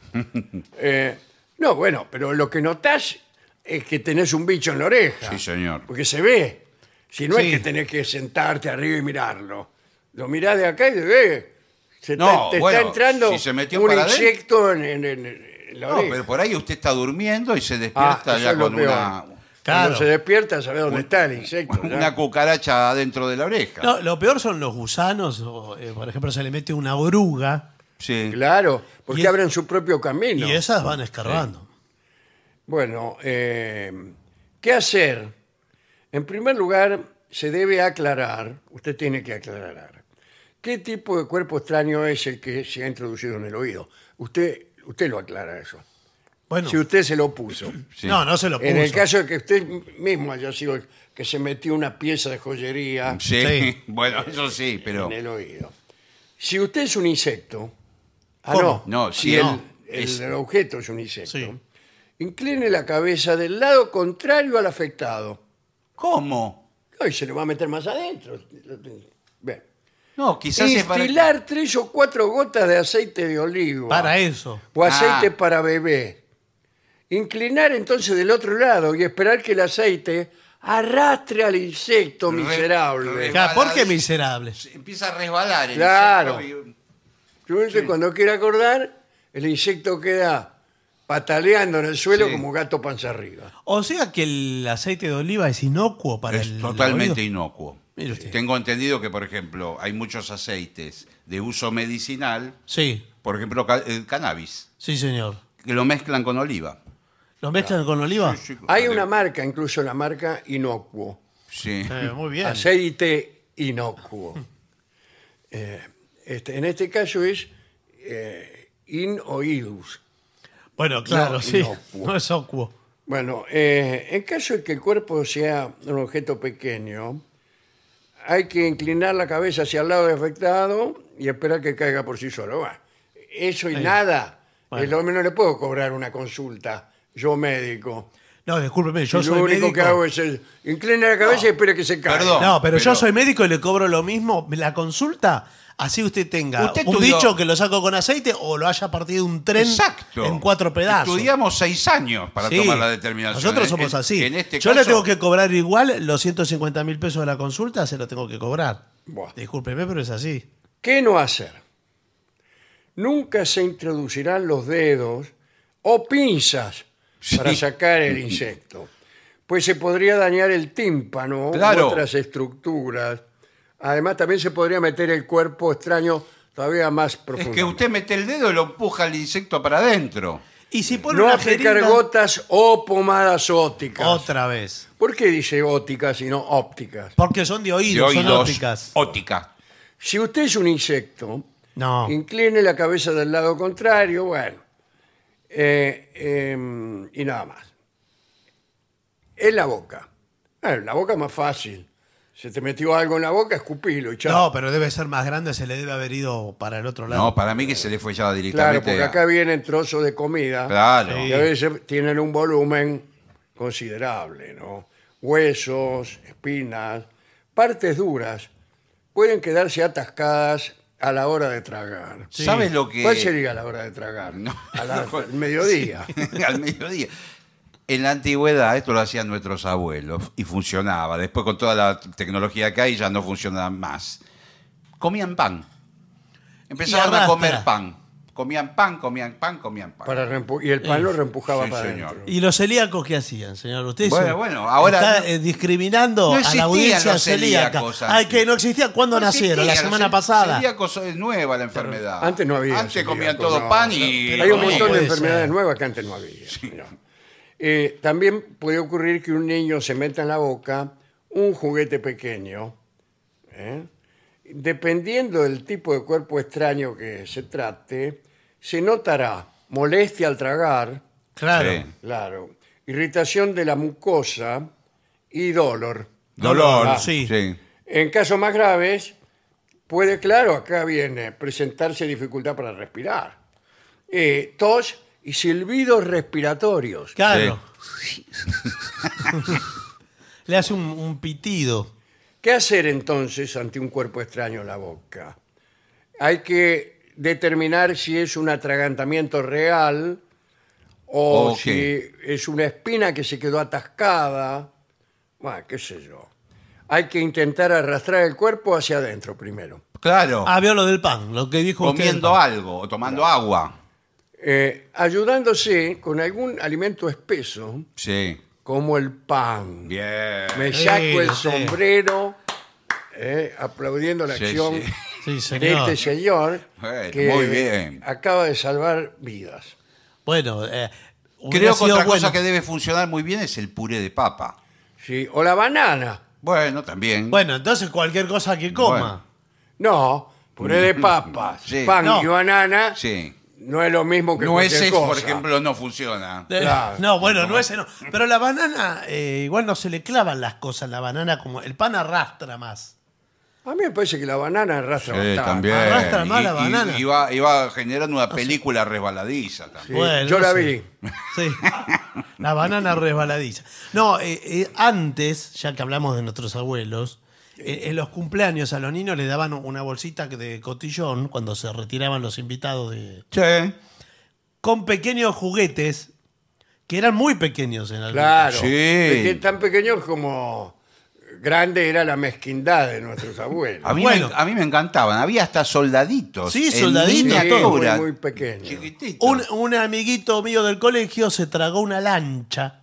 Speaker 2: Eh, no, bueno, pero lo que notás es que tenés un bicho en la oreja.
Speaker 4: Sí, señor.
Speaker 2: Porque se ve. Si no es
Speaker 3: Sí.
Speaker 2: que tenés que sentarte arriba y mirarlo. Lo mirás de acá y de ve. Se
Speaker 4: No,
Speaker 2: está- te
Speaker 4: bueno,
Speaker 2: está entrando
Speaker 4: si se metió
Speaker 2: un
Speaker 4: para adentro.
Speaker 2: insecto en, en- en- en la
Speaker 4: No,
Speaker 2: oreja.
Speaker 4: pero por ahí usted está durmiendo y se despierta
Speaker 2: Ah, eso es
Speaker 4: ya
Speaker 2: lo
Speaker 4: con una,
Speaker 2: peor.
Speaker 3: Claro.
Speaker 2: Cuando se despierta, sabe dónde está el insecto. ya.
Speaker 4: una cucaracha dentro de la oreja.
Speaker 3: No, lo peor son los gusanos, o, eh, por ejemplo, se le mete una oruga
Speaker 4: Sí.
Speaker 2: Claro, porque
Speaker 3: Y es-
Speaker 2: abren su propio camino.
Speaker 3: y esas van escarbando.
Speaker 2: Bueno, eh, ¿qué hacer? En primer lugar, se debe aclarar, usted tiene que aclarar, qué tipo de cuerpo extraño es el que se ha introducido en el oído. Usted, usted lo aclara eso.
Speaker 3: Bueno,
Speaker 2: Si usted se lo puso.
Speaker 4: Sí.
Speaker 3: no, no se lo puso.
Speaker 2: En el caso de que usted mismo haya sido el que se metió una pieza de joyería
Speaker 4: Sí,
Speaker 3: Sí.
Speaker 4: bueno, eso sí, pero.
Speaker 2: en el oído. Si usted es un insecto, ah,
Speaker 3: ¿Cómo?
Speaker 2: no,
Speaker 4: No,
Speaker 2: si
Speaker 4: sí,
Speaker 2: el,
Speaker 4: no,
Speaker 2: el
Speaker 4: es-
Speaker 2: objeto es un insecto,
Speaker 3: Sí.
Speaker 2: incline la cabeza del lado contrario al afectado.
Speaker 4: ¿Cómo?
Speaker 2: Ay, se le va a meter más adentro. Bien.
Speaker 4: No, quizás es para.
Speaker 2: Instilar tres o cuatro gotas de aceite de oliva.
Speaker 3: Para eso.
Speaker 2: o aceite
Speaker 4: Ah.
Speaker 2: para bebé. Inclinar entonces del otro lado y esperar que el aceite arrastre al insecto
Speaker 4: Re-
Speaker 2: miserable.
Speaker 4: re-
Speaker 3: Claro, ¿Por qué miserables?
Speaker 4: Empieza a resbalar el
Speaker 2: Claro.
Speaker 4: insecto y-
Speaker 2: Simplemente Cuando quiera acordar, el insecto queda pataleando en el suelo
Speaker 4: Sí.
Speaker 2: como gato panza arriba.
Speaker 3: O sea que el aceite de oliva es inocuo para
Speaker 4: es
Speaker 3: el
Speaker 4: totalmente
Speaker 3: oído.
Speaker 4: inocuo.
Speaker 3: Mire usted.
Speaker 4: Tengo entendido que, por ejemplo, hay muchos aceites de uso medicinal,
Speaker 3: Sí,
Speaker 4: por ejemplo, ca- el cannabis,
Speaker 3: sí, señor.
Speaker 4: que lo mezclan con oliva.
Speaker 3: ¿Lo mezclan con oliva?
Speaker 4: Sí, con
Speaker 2: Hay
Speaker 4: oliva.
Speaker 2: una marca, incluso la marca Inocuo.
Speaker 4: Sí.
Speaker 3: Eh, muy bien.
Speaker 2: aceite inocuo. Eh, este, en este caso es eh, inoidus.
Speaker 3: Bueno, claro,
Speaker 2: No,
Speaker 3: sí.
Speaker 2: inocuo.
Speaker 3: No es ocuo.
Speaker 2: Bueno, eh, en caso de que el cuerpo sea un objeto pequeño, hay que inclinar la cabeza hacia el lado afectado y esperar que caiga por sí solo. Bah, eso y
Speaker 3: Sí.
Speaker 2: nada.
Speaker 3: Bueno.
Speaker 2: El hombre no le puedo cobrar una consulta, yo médico.
Speaker 3: No, discúlpeme, yo
Speaker 2: Y
Speaker 3: soy
Speaker 2: lo único
Speaker 3: médico.
Speaker 2: que hago es eh, inclinar la cabeza y espera que se caiga.
Speaker 4: Perdón.
Speaker 3: No, pero,
Speaker 4: Pero-
Speaker 3: yo soy médico y le cobro lo mismo. La consulta, así usted tenga
Speaker 4: Usted
Speaker 3: un
Speaker 4: estudió-
Speaker 3: bicho que lo saco con aceite o lo haya partido un tren
Speaker 4: Exacto.
Speaker 3: en cuatro pedazos.
Speaker 4: Estudiamos seis años para
Speaker 3: Sí.
Speaker 4: tomar la determinación.
Speaker 3: Nosotros
Speaker 4: En-
Speaker 3: somos
Speaker 4: en-
Speaker 3: así.
Speaker 4: En este
Speaker 3: yo le
Speaker 4: caso,
Speaker 3: tengo que cobrar igual los 150 mil pesos de la consulta, se lo tengo que cobrar.
Speaker 2: Buah.
Speaker 3: Discúlpeme, pero es así.
Speaker 2: ¿Qué no hacer? Nunca se introducirán los dedos o pinzas para
Speaker 4: Sí.
Speaker 2: sacar el insecto, pues se podría dañar el tímpano
Speaker 4: Claro.
Speaker 2: u otras estructuras. Además, también se podría meter el cuerpo extraño todavía más
Speaker 4: Es
Speaker 2: profundo.
Speaker 4: que usted mete el dedo y lo empuja al insecto para adentro.
Speaker 3: Y si pone
Speaker 2: no
Speaker 3: una
Speaker 2: aplicar
Speaker 3: jeringa-
Speaker 2: gotas o pomadas ópticas.
Speaker 3: Otra vez.
Speaker 2: ¿Por qué dice ópticas y no ópticas?
Speaker 3: Porque son de
Speaker 4: De
Speaker 3: oídos, son
Speaker 4: oídos.
Speaker 3: ópticas.
Speaker 4: Óptica.
Speaker 2: Si usted es un insecto,
Speaker 3: No.
Speaker 2: incline la cabeza del lado contrario, bueno, eh, eh, y nada más. En la boca. Bueno, la boca es más fácil. Se te metió algo en la boca, escupilo y chao.
Speaker 3: No, pero debe ser más grande, se le debe haber ido para el otro lado.
Speaker 4: No, para mí que se le fue ya
Speaker 2: claro,
Speaker 4: directamente.
Speaker 2: porque
Speaker 4: a-
Speaker 2: acá vienen trozos de comida
Speaker 4: Claro.
Speaker 2: y a veces tienen un volumen considerable, ¿no? Huesos, espinas, partes duras pueden quedarse atascadas a la hora de tragar.
Speaker 3: Sí.
Speaker 4: ¿Sabes lo que.?
Speaker 2: ¿Cuál sería la hora de tragar?
Speaker 4: No.
Speaker 2: A la- al mediodía.
Speaker 4: al mediodía. En la antigüedad esto lo hacían nuestros abuelos y funcionaba. Después con toda la tecnología que hay ya no funciona más. Comían pan. Empezaron a
Speaker 3: arrastra.
Speaker 4: comer pan. Comían pan, comían pan, comían pan.
Speaker 2: Para reempu- y el pan lo reempujaba
Speaker 4: Sí,
Speaker 2: para
Speaker 4: señor.
Speaker 2: adentro.
Speaker 3: ¿Y los celíacos qué hacían, señor? Usted
Speaker 4: Bueno,
Speaker 3: se-
Speaker 4: bueno, ahora-
Speaker 3: está eh, discriminando
Speaker 4: No
Speaker 3: a la
Speaker 4: existían
Speaker 3: audiencia
Speaker 4: los
Speaker 3: celíaca.
Speaker 4: celíacos
Speaker 3: Ay,
Speaker 4: antes.
Speaker 3: que no existían. ¿Cuándo
Speaker 4: No existía,
Speaker 3: nacieron? La
Speaker 4: los
Speaker 3: semana
Speaker 4: cel-
Speaker 3: pasada.
Speaker 4: celíacos es nueva la enfermedad.
Speaker 2: Antes no había.
Speaker 4: Antes
Speaker 2: celíaco,
Speaker 4: comían todo
Speaker 2: no.
Speaker 4: pan y.
Speaker 2: Hay un
Speaker 3: ¿Cómo
Speaker 2: montón de
Speaker 3: puede
Speaker 2: enfermedades
Speaker 3: ser?
Speaker 2: nuevas que antes no había. No. Eh, también puede ocurrir que un niño se meta en la boca un juguete pequeño. ¿eh? Dependiendo del tipo de cuerpo extraño que se trate, se notará molestia al tragar,
Speaker 3: Claro.
Speaker 4: Sí.
Speaker 2: claro, irritación de la mucosa y dolor.
Speaker 4: Dolor.
Speaker 2: Ah,
Speaker 3: sí.
Speaker 4: sí.
Speaker 2: En casos más graves, puede, claro, acá viene, presentarse dificultad para respirar. Eh, tos y silbidos respiratorios.
Speaker 3: Claro. Le hace un, un pitido.
Speaker 2: ¿Qué hacer entonces ante un cuerpo extraño en la boca? Hay que determinar si es un atragantamiento real o
Speaker 4: Ok.
Speaker 2: si es una espina que se quedó atascada. Bueno, qué sé yo. Hay que intentar arrastrar el cuerpo hacia adentro primero.
Speaker 4: Claro.
Speaker 3: Ah, veo lo del pan, lo que dijo usted.
Speaker 4: comiendo algo o tomando agua.
Speaker 2: Eh, ayudándose con algún alimento espeso,
Speaker 4: Sí.
Speaker 2: como el pan.
Speaker 4: Bien.
Speaker 2: Me
Speaker 3: Sí,
Speaker 2: saco el
Speaker 3: sí.
Speaker 2: sombrero, eh, aplaudiendo la
Speaker 4: Sí,
Speaker 2: acción
Speaker 4: sí.
Speaker 3: Sí,
Speaker 2: de
Speaker 3: señor.
Speaker 2: este señor
Speaker 4: Bueno,
Speaker 2: que
Speaker 4: muy bien.
Speaker 2: acaba de salvar vidas.
Speaker 3: Bueno, eh, hubiera
Speaker 4: Creo que
Speaker 3: sido
Speaker 4: otra
Speaker 3: bueno.
Speaker 4: cosa que debe funcionar muy bien es el puré de papa.
Speaker 2: Sí, O la banana.
Speaker 4: Bueno, también.
Speaker 3: Bueno, entonces cualquier cosa que coma.
Speaker 2: No, puré de papas,
Speaker 4: Mm. Sí.
Speaker 2: pan y
Speaker 3: No.
Speaker 2: banana
Speaker 4: Sí.
Speaker 2: no es lo mismo que
Speaker 4: Nueces,
Speaker 2: cualquier cosa.
Speaker 4: por ejemplo, no funciona.
Speaker 3: Eh,
Speaker 2: Claro.
Speaker 3: No, bueno, no ese no. Pero la banana, eh, igual no se le clavan las cosas. La banana, como el pan arrastra más.
Speaker 2: A mí me parece que la banana arrastra
Speaker 4: Sí,
Speaker 2: bastante.
Speaker 4: también.
Speaker 3: Arrastra más
Speaker 4: Y-
Speaker 3: la
Speaker 4: y-
Speaker 3: banana.
Speaker 4: Y, va, y va generando una película resbaladiza
Speaker 2: Sí,
Speaker 4: también.
Speaker 3: Bueno,
Speaker 2: yo
Speaker 3: no
Speaker 2: la
Speaker 3: sé.
Speaker 2: vi.
Speaker 3: Sí. La banana resbaladiza. No, eh, eh, antes, ya que hablamos de nuestros abuelos, eh, en los cumpleaños a los niños les daban una bolsita de cotillón cuando se retiraban los invitados de,
Speaker 4: Sí.
Speaker 3: con pequeños juguetes que eran muy pequeños en algún
Speaker 2: Claro.
Speaker 3: caso.
Speaker 4: Sí.
Speaker 2: Peque- tan pequeños como grande era la mezquindad de nuestros abuelos.
Speaker 4: A mí,
Speaker 3: Bueno.
Speaker 4: me, a mí me encantaban. Había hasta soldaditos.
Speaker 3: Sí,
Speaker 4: en
Speaker 3: soldaditos,
Speaker 2: Sí,
Speaker 3: todo.
Speaker 2: muy,
Speaker 4: miniatura,
Speaker 2: muy pequeño.
Speaker 4: Chiquititos.
Speaker 3: Un, un amiguito mío del colegio se tragó una lancha.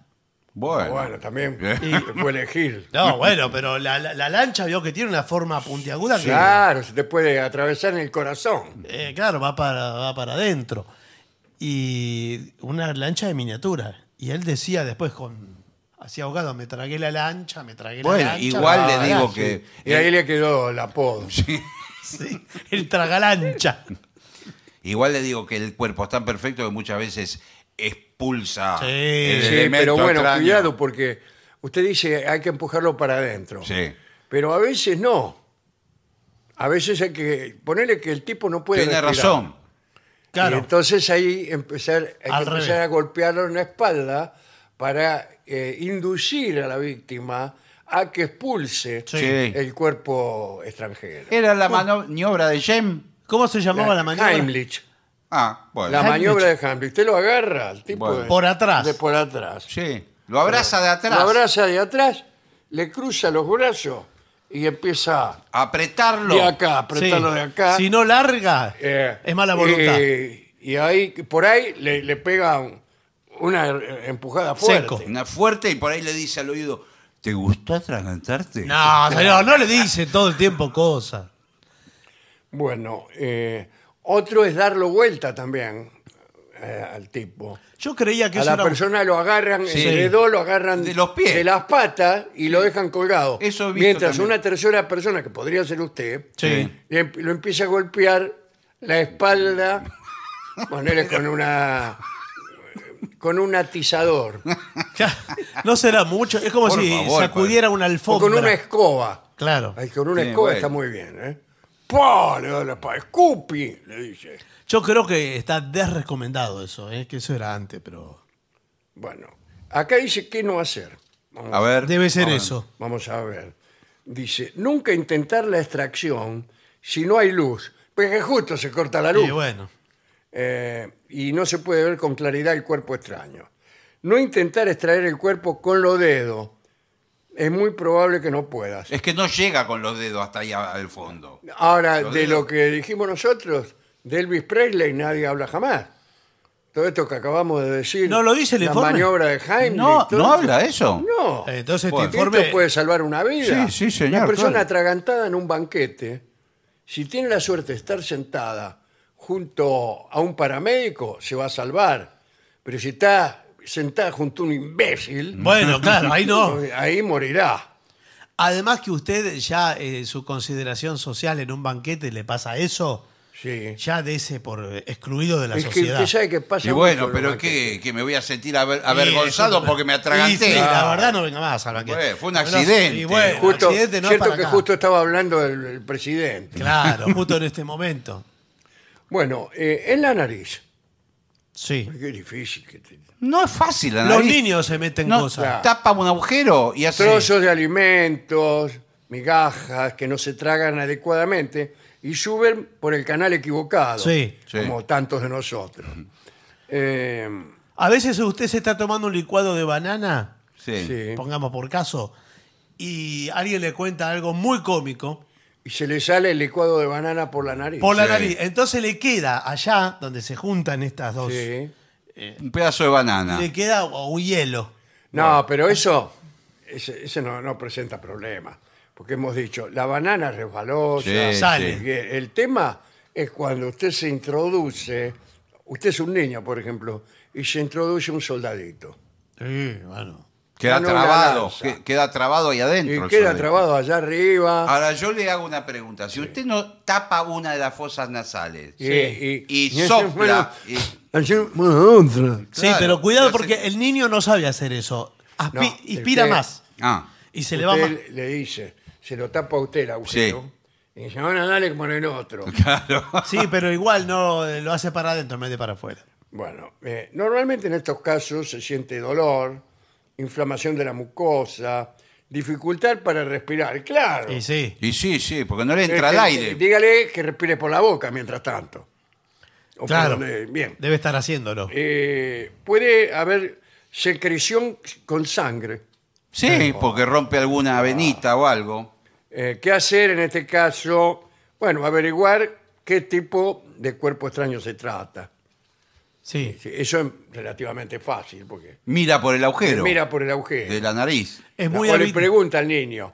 Speaker 4: Bueno.
Speaker 2: Bueno, también
Speaker 4: Sí.
Speaker 2: se puede elegir.
Speaker 3: No, bueno, pero la, la- la lancha vio que tiene una forma puntiaguda que,
Speaker 2: Claro, se te puede atravesar en el corazón.
Speaker 3: eh, claro, va para, va para adentro. Y una lancha de miniatura. Y él decía después con... Así ahogado, me tragué la lancha, me tragué
Speaker 4: Bueno,
Speaker 3: la lancha.
Speaker 4: igual
Speaker 3: me
Speaker 4: le
Speaker 3: tragué la
Speaker 4: digo
Speaker 3: lancha".
Speaker 4: que-
Speaker 2: Ah,
Speaker 4: eh,
Speaker 2: Y ahí le quedó el apodo.
Speaker 3: Sí, el tragalancha.
Speaker 4: Igual le digo que el cuerpo es tan perfecto que muchas veces expulsa.
Speaker 3: Sí.
Speaker 4: el
Speaker 2: Sí,
Speaker 4: elemento
Speaker 2: pero bueno,
Speaker 4: extraño.
Speaker 2: cuidado porque usted dice hay que empujarlo para adentro.
Speaker 4: Sí.
Speaker 2: Pero a veces no. A veces hay que ponerle que el tipo no puede.
Speaker 4: Tiene
Speaker 2: respirar.
Speaker 4: razón.
Speaker 3: Claro.
Speaker 2: Y entonces ahí empezar, hay que
Speaker 3: Al
Speaker 2: empezar
Speaker 3: revés.
Speaker 2: a golpearlo en la espalda para eh, inducir a la víctima a que expulse
Speaker 3: Sí.
Speaker 4: Sí.
Speaker 2: el cuerpo extranjero.
Speaker 4: Era la maniobra de Jem.
Speaker 3: ¿Cómo se llamaba la, maniobra?
Speaker 2: Heimlich.
Speaker 4: Ah, bueno.
Speaker 2: La
Speaker 3: Heimlich.
Speaker 2: maniobra de Heimlich. Usted lo agarra, el tipo
Speaker 4: Bueno.
Speaker 2: de-
Speaker 3: Por atrás.
Speaker 2: de por atrás.
Speaker 4: Sí. Lo abraza de atrás.
Speaker 2: Lo abraza de atrás, le cruza los brazos y empieza
Speaker 4: Apretarlo.
Speaker 2: de acá, apretarlo
Speaker 3: Sí.
Speaker 2: de acá.
Speaker 3: Si no larga,
Speaker 2: Eh,
Speaker 3: es mala voluntad.
Speaker 2: Y, y ahí, por ahí, le, le pega un- una eh, empujada fuerte.
Speaker 3: Seco.
Speaker 4: Una fuerte y por ahí le dice al oído, ¿te gustó atragantarte?
Speaker 3: No, señor, no le dice todo el tiempo cosas.
Speaker 2: Bueno, eh, otro es darlo vuelta también eh, al tipo.
Speaker 3: Yo creía que
Speaker 2: A
Speaker 3: eso
Speaker 2: la
Speaker 3: era un-
Speaker 2: persona lo agarran,
Speaker 4: Sí.
Speaker 2: el dedo lo agarran
Speaker 4: De los pies.
Speaker 2: de las patas y lo dejan colgado.
Speaker 4: Eso he visto
Speaker 2: Mientras
Speaker 4: también.
Speaker 2: una tercera persona, que podría ser usted,
Speaker 3: Sí.
Speaker 2: le- em, lo empieza a golpear la espalda, ponerle con una con un atizador
Speaker 3: No será mucho. Es como
Speaker 4: Por
Speaker 3: si
Speaker 4: favor,
Speaker 3: sacudiera una
Speaker 2: o
Speaker 3: alfombra.
Speaker 2: con una escoba.
Speaker 3: Claro.
Speaker 2: Ay, con una
Speaker 4: Sí,
Speaker 2: escoba
Speaker 4: bueno.
Speaker 2: está muy bien, ¿eh? ¡Pah! Le da la espada. ¡Escupi! Le dice.
Speaker 3: Yo creo que está desrecomendado eso, ¿eh? que eso era antes, pero.
Speaker 2: Bueno, acá dice qué no hacer. Vamos
Speaker 4: A ver.
Speaker 3: Debe ser
Speaker 2: Ah,
Speaker 4: Vamos.
Speaker 3: eso.
Speaker 2: Vamos a ver. Dice, nunca intentar la extracción si no hay luz. Porque justo se corta la luz.
Speaker 3: Y bueno.
Speaker 2: eh, y no se puede ver con claridad el cuerpo extraño. No intentar extraer el cuerpo con los dedos. Es muy probable que no puedas.
Speaker 4: Es que no llega con los dedos hasta allá al fondo.
Speaker 2: Ahora,
Speaker 4: Los
Speaker 2: de
Speaker 4: dedos.
Speaker 2: lo que dijimos nosotros, de Elvis Presley, nadie habla jamás. Todo esto que acabamos de decir.
Speaker 3: No lo dice el
Speaker 2: la
Speaker 3: informe.
Speaker 2: maniobra de Heimlich.
Speaker 4: No,
Speaker 2: todo
Speaker 4: no
Speaker 2: eso.
Speaker 4: habla eso.
Speaker 2: No.
Speaker 3: Eh, Entonces
Speaker 4: Bueno.
Speaker 3: este informe.
Speaker 2: Esto puede salvar una vida.
Speaker 4: Sí, sí, señor,
Speaker 2: Una persona
Speaker 4: claro.
Speaker 2: atragantada en un banquete, si tiene la suerte de estar sentada junto a un paramédico, se va a salvar. Pero si está sentada junto a un imbécil,
Speaker 3: Bueno, claro, ahí no.
Speaker 2: ahí morirá.
Speaker 3: Además que usted ya eh, su consideración social en un banquete le pasa eso,
Speaker 2: Sí.
Speaker 3: ya de ese por eh, excluido de la
Speaker 2: Es que
Speaker 3: sociedad.
Speaker 2: usted sabe que pasa
Speaker 4: Y
Speaker 2: mucho
Speaker 4: bueno,
Speaker 2: en los
Speaker 4: pero
Speaker 2: banquetes.
Speaker 4: ¿qué? Que me voy a sentir aver-
Speaker 3: Sí,
Speaker 4: avergonzado
Speaker 3: eso-
Speaker 4: porque me atraganté.
Speaker 3: Y sí,
Speaker 4: Ah,
Speaker 3: la verdad no venga más al banquete.
Speaker 4: Bueno, fue un
Speaker 3: Pero no-
Speaker 4: accidente.
Speaker 3: y bueno,
Speaker 2: Justo,
Speaker 3: accidente no es
Speaker 2: cierto
Speaker 3: para
Speaker 2: que
Speaker 3: acá.
Speaker 2: justo estaba hablando el, el presidente.
Speaker 3: Claro, justo en este momento.
Speaker 2: Bueno, eh, en la nariz.
Speaker 3: Sí.
Speaker 2: Qué difícil que te-
Speaker 4: No es fácil la
Speaker 3: Los
Speaker 4: nariz.
Speaker 3: niños se meten
Speaker 4: No,
Speaker 3: cosas.
Speaker 2: claro.
Speaker 4: tapa un agujero y hace...
Speaker 2: Trozos de alimentos, migajas que no se tragan adecuadamente y suben por el canal equivocado.
Speaker 3: Sí.
Speaker 4: Sí.
Speaker 2: Como tantos de nosotros. Eh,
Speaker 3: A veces usted se está tomando un licuado de banana,
Speaker 4: Sí.
Speaker 2: sí.
Speaker 3: pongamos por caso, y alguien le cuenta algo muy cómico
Speaker 2: Y se le sale el licuado de banana por la nariz.
Speaker 3: por la
Speaker 4: Sí.
Speaker 3: nariz. Entonces le queda allá, donde se juntan estas dos,
Speaker 2: Sí.
Speaker 4: Un pedazo de banana.
Speaker 3: le queda o un hielo.
Speaker 2: No, pero eso, ese, ese no, no presenta problema. Porque hemos dicho, la banana es resbalosa,
Speaker 4: Sí,
Speaker 3: sale.
Speaker 2: Y El tema es cuando usted se introduce, usted es un niño, por ejemplo, y se introduce un soldadito.
Speaker 3: Sí, bueno.
Speaker 4: Queda
Speaker 2: dan una
Speaker 4: trabado,
Speaker 2: lanza.
Speaker 4: que- queda trabado ahí adentro.
Speaker 2: Y
Speaker 4: el
Speaker 2: queda
Speaker 4: sorbete.
Speaker 2: trabado allá arriba.
Speaker 4: Ahora yo le hago una pregunta. Si usted no tapa una de las fosas nasales
Speaker 2: y, y-
Speaker 4: y
Speaker 2: y
Speaker 4: sopla,
Speaker 2: hacen-
Speaker 4: y-
Speaker 2: hacen una otra.
Speaker 3: Sí,
Speaker 4: Claro,
Speaker 3: pero cuidado
Speaker 4: hace-
Speaker 3: porque el niño no sabe hacer eso. Aspi-
Speaker 2: No,
Speaker 3: inspira
Speaker 2: el que-
Speaker 3: más
Speaker 4: ah,
Speaker 3: y se le va más.
Speaker 2: Usted le dice, se lo tapa a usted el agujero. Y dice, ahora dale como en el otro.
Speaker 4: claro.
Speaker 3: Sí, pero igual no eh, lo hace para adentro en vez de para afuera.
Speaker 2: Bueno, eh, normalmente en estos casos se siente dolor, inflamación de la mucosa, dificultad para respirar, claro.
Speaker 3: Y sí.
Speaker 4: Y sí, sí, porque no le entra
Speaker 2: Eh,
Speaker 4: el
Speaker 2: eh,
Speaker 4: aire.
Speaker 2: Dígale que respire por la boca mientras tanto. O por
Speaker 3: Claro.
Speaker 2: donde- bien.
Speaker 3: Debe estar haciéndolo.
Speaker 2: Eh, puede haber secreción con sangre. este.
Speaker 4: Sí, porque rompe
Speaker 2: Ah.
Speaker 4: alguna venita o algo.
Speaker 2: Eh, ¿Qué hacer en este caso? Bueno, averiguar qué tipo de cuerpo extraño se trata.
Speaker 3: Sí.
Speaker 2: Sí, Eso es relativamente fácil, porque
Speaker 4: Mira por el agujero
Speaker 2: mira por el agujero.
Speaker 4: de la nariz.
Speaker 3: Es muy
Speaker 2: o le
Speaker 3: habi-
Speaker 2: pregunta al niño,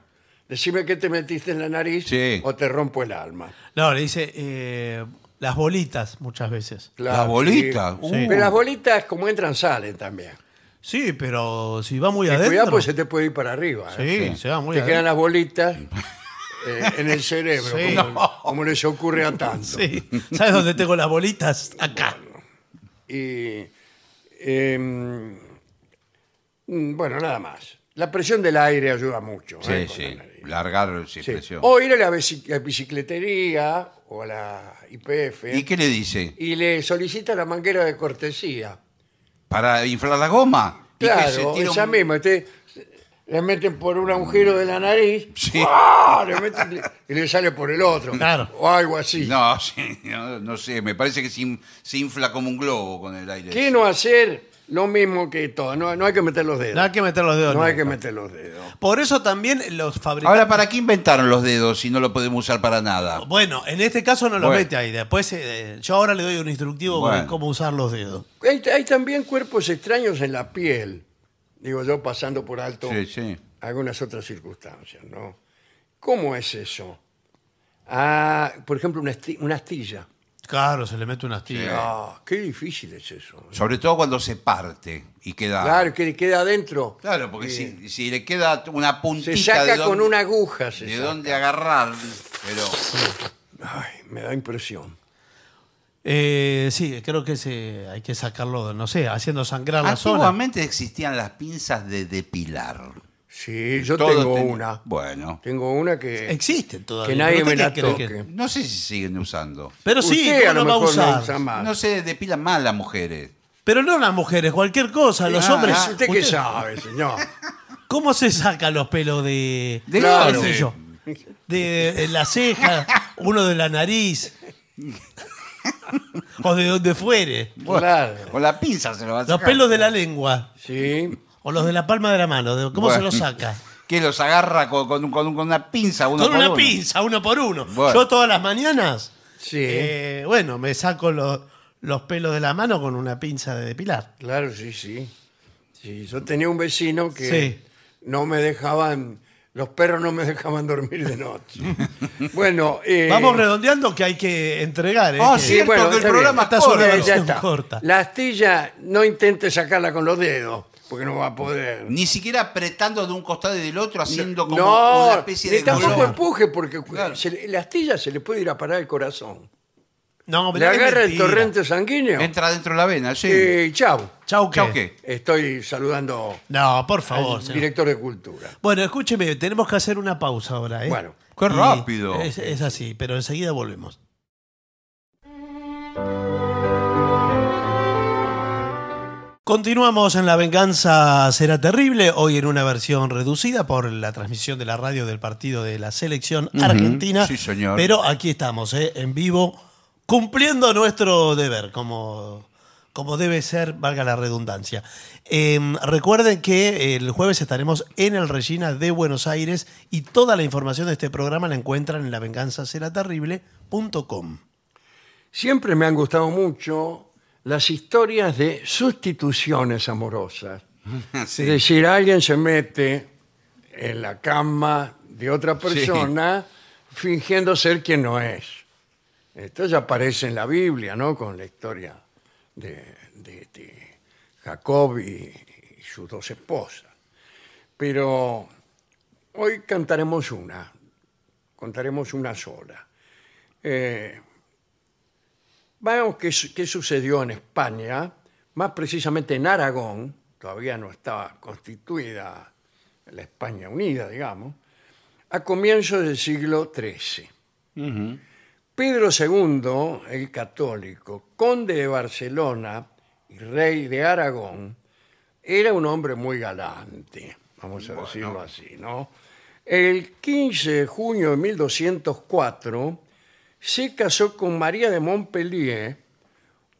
Speaker 2: decime qué te metiste en la nariz
Speaker 4: Sí.
Speaker 2: o te rompo el alma.
Speaker 3: No, le dice eh, las bolitas muchas veces.
Speaker 2: Claro,
Speaker 4: Las bolitas,
Speaker 2: sí.
Speaker 4: uh.
Speaker 2: Pero las bolitas como entran salen también.
Speaker 3: Sí, pero si va muy
Speaker 2: Y
Speaker 3: adentro.
Speaker 2: cuidado pues se te puede ir para arriba. ¿eh?
Speaker 3: sí,
Speaker 4: Sí.
Speaker 3: se va muy
Speaker 2: te quedan
Speaker 3: adentro.
Speaker 2: las bolitas eh, en el cerebro,
Speaker 3: Sí.
Speaker 2: como, como les ocurre a tantos.
Speaker 3: Sí. ¿Sabes dónde tengo las bolitas? Acá.
Speaker 2: Y, em, mm, bueno, nada más. La presión del aire ayuda mucho. ¿eh?
Speaker 4: Sí,
Speaker 2: con
Speaker 4: sí.
Speaker 2: la nariz.
Speaker 4: Largar sin
Speaker 2: Sí.
Speaker 4: presión.
Speaker 2: O ir a la bici- a bicicletería o a la IPF
Speaker 4: ¿Y qué le dice?
Speaker 2: y le solicita la manguera de cortesía.
Speaker 4: ¿Para inflar la goma? ¿Y que se
Speaker 2: Claro,
Speaker 4: tira
Speaker 2: esa
Speaker 4: un-
Speaker 2: misma. Usted le meten por un agujero de la nariz
Speaker 4: Sí.
Speaker 2: ¡ah! le meten- y le sale por el otro.
Speaker 3: Claro.
Speaker 2: O algo así.
Speaker 4: No, sí, no, no sé, me parece que se, in- se infla como un globo con el aire.
Speaker 2: ¿Qué no hacer? Lo mismo que todo. No, no hay que meter los dedos.
Speaker 3: No hay que meter los dedos.
Speaker 2: No hay que
Speaker 3: nunca.
Speaker 2: meter los dedos.
Speaker 3: Por eso también los fabricantes.
Speaker 4: Ahora, ¿para qué inventaron los dedos si no lo podemos usar para nada?
Speaker 3: Bueno, en este caso no los
Speaker 4: Bueno.
Speaker 3: mete ahí. Después eh, yo ahora le doy un instructivo
Speaker 4: Bueno.
Speaker 3: con cómo usar los dedos.
Speaker 2: Hay, hay también cuerpos extraños en la piel. Digo yo, pasando por alto
Speaker 4: Sí, sí.
Speaker 2: algunas otras circunstancias, ¿no? ¿Cómo es eso? Ah, por ejemplo, una, esti- una astilla.
Speaker 3: Claro, se le mete una astilla.
Speaker 2: Ah, qué difícil es eso.
Speaker 4: Sobre todo cuando se parte y queda.
Speaker 2: Claro, que le queda adentro.
Speaker 4: Ah. Claro, porque
Speaker 2: Sí.
Speaker 4: si, si le queda una puntita
Speaker 2: Se saca
Speaker 4: de dónde,
Speaker 2: con una aguja. se
Speaker 4: de
Speaker 2: saca.
Speaker 4: dónde agarrar, pero
Speaker 2: Ay, me da impresión.
Speaker 3: Eh, sí, creo que se, hay que sacarlo, no sé, haciendo sangrar la zona.
Speaker 4: antiguamente existían las pinzas de depilar.
Speaker 2: Sí, yo
Speaker 4: Todos
Speaker 2: tengo
Speaker 4: ten-
Speaker 2: una.
Speaker 4: Bueno,
Speaker 2: Tengo una que,
Speaker 3: Existen todavía.
Speaker 2: que nadie
Speaker 3: pero
Speaker 2: me
Speaker 3: ¿usted
Speaker 2: la
Speaker 3: qué cree que-
Speaker 2: toque.
Speaker 4: no sé si siguen usando.
Speaker 3: Pero sí,
Speaker 2: Usted a
Speaker 3: ¿cómo
Speaker 2: lo
Speaker 3: no va a
Speaker 2: mejor no
Speaker 3: usar?
Speaker 2: usa más.
Speaker 4: No se depilan mal las mujeres.
Speaker 3: Pero no las mujeres, cualquier cosa, los
Speaker 4: Ah,
Speaker 3: hombres.
Speaker 4: ah,
Speaker 2: ¿Usted qué
Speaker 3: ¿Usted-
Speaker 2: sabe, señor?
Speaker 3: ¿Cómo se sacan los pelos de,
Speaker 4: ¿De
Speaker 3: qué
Speaker 2: dónde?
Speaker 3: sé yo? De, de la ceja, uno de la nariz. o de donde fuere.
Speaker 2: Claro.
Speaker 4: Con la pinza se lo va a
Speaker 3: Los
Speaker 4: sacar.
Speaker 3: pelos de la lengua.
Speaker 2: Sí.
Speaker 3: O los de la palma de la mano. de- ¿Cómo se
Speaker 4: Bueno.
Speaker 3: los saca?
Speaker 4: Que los agarra con, con un- con un- con una pinza, uno
Speaker 3: Con
Speaker 4: por
Speaker 3: una
Speaker 4: uno.
Speaker 3: pinza, uno por uno.
Speaker 4: Bueno.
Speaker 3: Yo todas las mañanas,
Speaker 2: Sí.
Speaker 3: eh, bueno, me saco los, los pelos de la mano con una pinza de depilar.
Speaker 2: Claro, sí, sí. Sí, yo tenía un vecino que
Speaker 3: Sí.
Speaker 2: no me dejaban, los perros no me dejaban dormir de noche. bueno, eh,
Speaker 3: Vamos redondeando que hay que entregar. ¿eh?
Speaker 4: Ah,
Speaker 3: que-
Speaker 4: sí, Cierto que el
Speaker 2: está
Speaker 4: programa
Speaker 2: bien.
Speaker 3: es corto.
Speaker 2: Eh, ya
Speaker 3: Versión
Speaker 2: está.
Speaker 3: corta.
Speaker 2: La astilla no intente sacarla con los dedos, porque no va a poder.
Speaker 4: Ni siquiera apretando de un costado y del otro, haciendo como
Speaker 2: no,
Speaker 4: una especie
Speaker 2: ni
Speaker 4: de
Speaker 2: tampoco
Speaker 4: globo.
Speaker 2: empuje, porque se le- la astilla se le puede ir a parar el corazón.
Speaker 3: No,
Speaker 2: Le
Speaker 3: mirá que
Speaker 2: agarra el
Speaker 3: mentira.
Speaker 2: torrente sanguíneo Eh,
Speaker 4: Entra dentro de la vena, sí.
Speaker 2: y chau.
Speaker 3: Chau, ¿qué?
Speaker 4: Chau, ¿qué?
Speaker 2: Estoy saludando
Speaker 3: No, por
Speaker 2: al
Speaker 3: favor. señor.
Speaker 2: director de cultura.
Speaker 3: Bueno, escúcheme, tenemos que hacer una pausa ahora. ¿eh?
Speaker 2: Bueno,
Speaker 4: qué
Speaker 3: Y
Speaker 4: rápido.
Speaker 3: Es, es así, pero enseguida volvemos. Continuamos en La Venganza Será Terrible, hoy en una versión reducida por la transmisión de la radio del partido de la selección argentina.
Speaker 4: sí, señor.
Speaker 3: Pero aquí estamos, ¿eh? en vivo, cumpliendo nuestro deber, como, como debe ser, valga la redundancia. Eh, recuerden que eh, el jueves estaremos en el Regina de Buenos Aires y toda la información de este programa la encuentran en lavenganzaseraterrible.com.
Speaker 2: siempre me han gustado mucho las historias de sustituciones amorosas.
Speaker 4: Sí.
Speaker 2: Es decir, alguien se mete en la cama de otra persona fingiendo ser quien no es. Esto ya aparece en la Biblia, ¿no? Con la historia este de, de- de Jacob y, y sus dos esposas. pero hoy cantaremos una, contaremos una sola. Eh, veamos qué, su- qué sucedió en España, más precisamente en Aragón, todavía no estaba constituida la España unida, digamos, a comienzos del siglo XIII. Pedro II, el católico, conde de Barcelona y rey de Aragón, era un hombre muy galante, vamos a decirlo así, ¿no? El 15 de junio de 1204 se casó con María de Montpellier,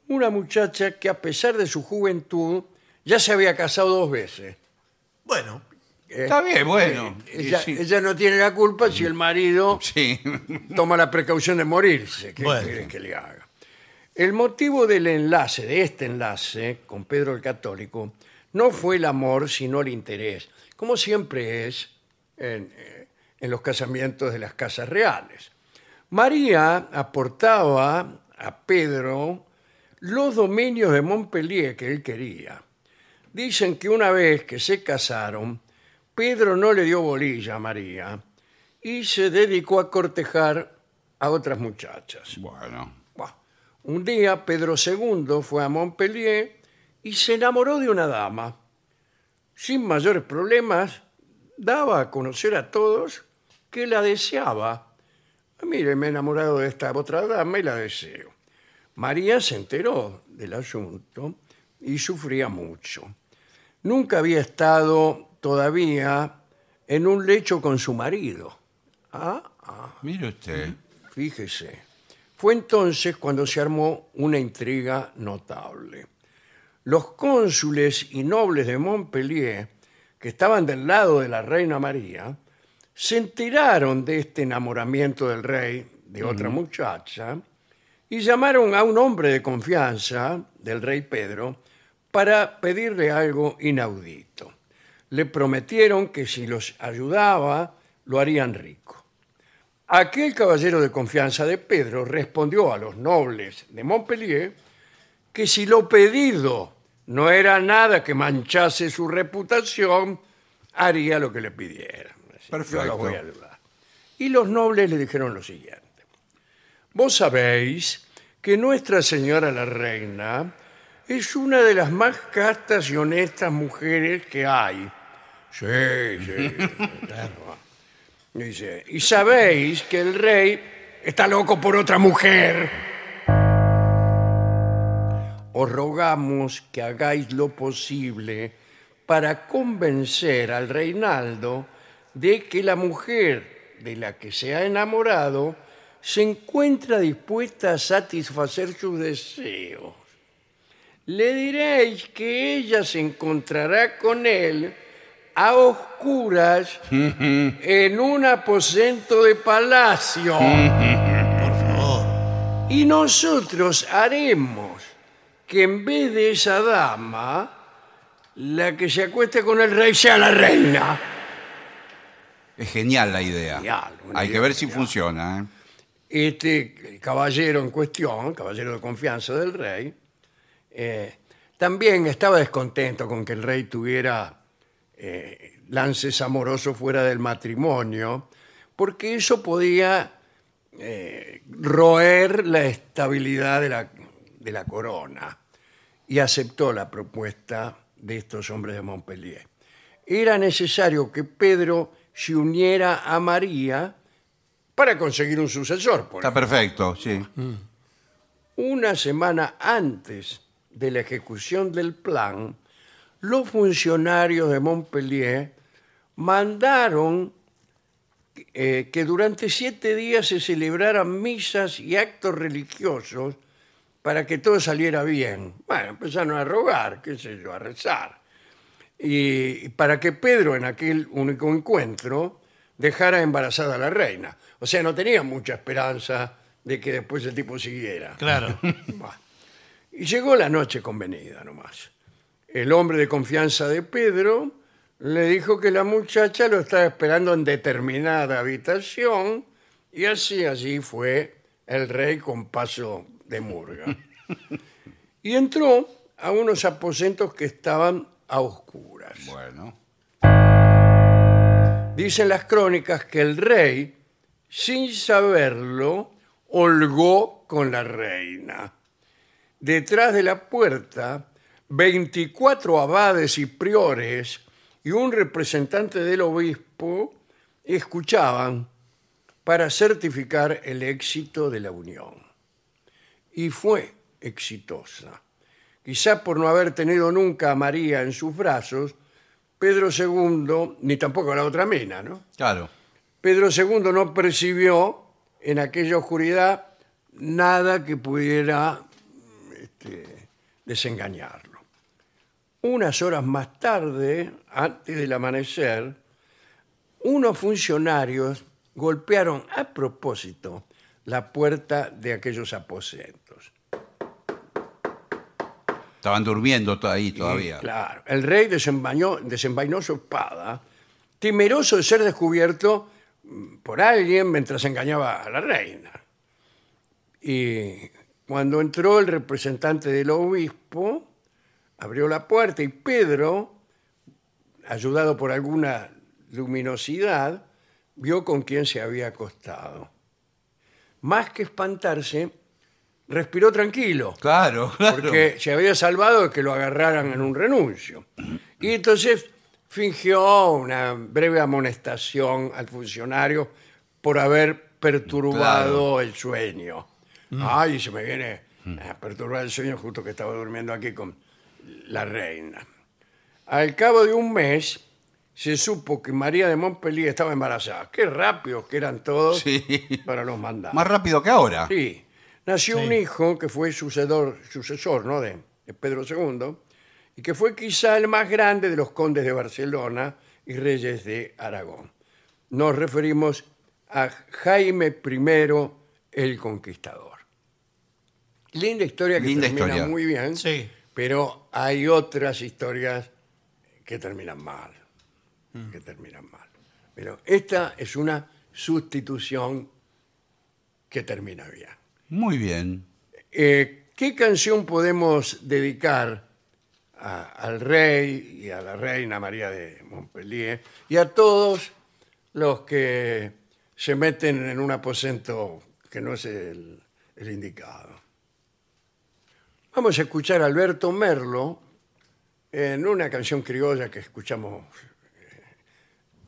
Speaker 2: una muchacha que a pesar de su juventud ya se había casado dos veces.
Speaker 3: Bueno,
Speaker 2: Eh,
Speaker 4: Está bien, bueno.
Speaker 2: ella,
Speaker 4: Sí.
Speaker 2: ella no tiene la culpa si el marido
Speaker 4: Sí.
Speaker 2: toma la precaución de morirse. ¿Qué
Speaker 3: Bueno.
Speaker 2: quieren que le haga? El motivo del enlace, de este enlace con Pedro el Católico, no fue el amor, sino el interés, como siempre es en, eh, en los casamientos de las casas reales. María aportaba a Pedro los dominios de Montpellier que él quería. Dicen que una vez que se casaron, Pedro no le dio bolilla a María y se dedicó a cortejar a otras muchachas.
Speaker 4: Bueno.
Speaker 2: Buah. Un día Pedro II fue a Montpellier y se enamoró de una dama. Sin mayores problemas, daba a conocer a todos que la deseaba. "Ah, Mire, me he enamorado de esta otra dama y la deseo. María se enteró del asunto y sufría mucho. Nunca había estado todavía en un lecho con su marido. Ah,
Speaker 4: Mire usted.
Speaker 2: Fíjese. Fue entonces cuando se armó una intriga notable. Los cónsules y nobles de Montpellier, que estaban del lado de la reina María, se enteraron de este enamoramiento del rey de otra muchacha y llamaron a un hombre de confianza del rey Pedro para pedirle algo inaudito. Le prometieron que si los ayudaba, lo harían rico. Aquel caballero de confianza de Pedro respondió a los nobles de Montpellier que si lo pedido no era nada que manchase su reputación, haría lo que le pidieran. Así, "Yo los voy a ayudar". Y los nobles le dijeron lo siguiente. Vos sabéis que Nuestra Señora la Reina es una de las más castas y honestas mujeres que hay. Sí, sí. Dice, y sabéis que el rey está loco por otra mujer. Os rogamos que hagáis lo posible para convencer al reinaldo de que la mujer de la que se ha enamorado se encuentra dispuesta a satisfacer sus deseos. Le diréis que ella se encontrará con él a oscuras en un aposento de palacio.
Speaker 3: por favor.
Speaker 2: Y nosotros haremos que en vez de esa dama, la que se acueste con el rey sea la reina.
Speaker 4: Es genial la idea.
Speaker 2: Genial, una
Speaker 4: Hay
Speaker 2: idea
Speaker 4: que ver si
Speaker 2: genial.
Speaker 4: funciona. ¿eh?
Speaker 2: Este caballero en cuestión, caballero de confianza del rey, eh, también estaba descontento con que el rey tuviera eh, lances amorosos fuera del matrimonio, porque eso podía eh, roer la estabilidad de la, de la corona. Y aceptó la propuesta de estos hombres de Montpellier. Era necesario que Pedro se uniera a María para conseguir un sucesor. por Mm.
Speaker 4: Está perfecto, sí.
Speaker 2: una semana antes de la ejecución del plan, los funcionarios de Montpellier mandaron eh, que durante siete días se celebraran misas y actos religiosos para que todo saliera bien. Bueno, empezaron a rogar, qué sé yo, a rezar. Y, y para que Pedro en aquel único encuentro dejara embarazada a la reina. O sea, no tenía mucha esperanza de que después el tipo siguiera.
Speaker 3: Claro.
Speaker 2: Bah. Y llegó la noche convenida nomás. El hombre de confianza de Pedro le dijo que la muchacha lo estaba esperando en determinada habitación y así allí fue el rey con paso de murga. Y entró a unos aposentos que estaban a oscuras.
Speaker 4: Bueno.
Speaker 2: Dicen las crónicas que el rey, sin saberlo, holgó con la reina. Detrás de la puerta, 24 abades y priores y un representante del obispo escuchaban para certificar el éxito de la unión. Y fue exitosa. Quizá por no haber tenido nunca a María en sus brazos, Pedro II, ni tampoco a la otra mina, ¿no?
Speaker 4: Claro.
Speaker 2: Pedro II no percibió en aquella oscuridad nada que pudiera este, desengañarlo. Unas horas más tarde, antes del amanecer, unos funcionarios golpearon a propósito la puerta de aquellos aposentos.
Speaker 4: Estaban durmiendo to- ahí
Speaker 2: Y,
Speaker 4: todavía.
Speaker 2: claro, el rey desenvainó, desenvainó su espada, temeroso de ser descubierto mm, por alguien mientras engañaba a la reina. Y cuando entró el representante del obispo, abrió la puerta y Pedro, ayudado por alguna luminosidad, vio con quién se había acostado. Más que espantarse, respiró tranquilo
Speaker 4: Claro, claro.
Speaker 2: porque se había salvado de que lo agarraran en un renuncio. Y entonces fingió una breve amonestación al funcionario por haber perturbado el sueño.
Speaker 4: Mm.
Speaker 2: Ay, se me viene a perturbar el sueño justo que estaba durmiendo aquí con la reina. Al cabo de un mes se supo que María de Montpellier estaba embarazada. Qué rápidos que eran todos
Speaker 4: Sí.
Speaker 2: para los mandados.
Speaker 4: Más rápido que ahora.
Speaker 2: Sí. Nació
Speaker 3: Sí.
Speaker 2: un hijo que fue sucedor, sucesor ¿no? de, de Pedro II y que fue quizá el más grande de los condes de Barcelona y reyes de Aragón. Nos referimos a Jaime I el Conquistador. Linda historia que
Speaker 4: Linda
Speaker 2: termina
Speaker 4: historia.
Speaker 2: muy bien,
Speaker 3: Sí.
Speaker 2: pero hay otras historias que terminan mal. Que terminan mal. Pero esta es una sustitución que termina bien.
Speaker 4: Muy bien.
Speaker 2: Eh, ¿Qué canción podemos dedicar a- al rey y a la reina María de Montpellier y a todos los que se meten en un aposento que no es el, el indicado? Vamos a escuchar a Alberto Merlo en una canción criolla que escuchamos eh,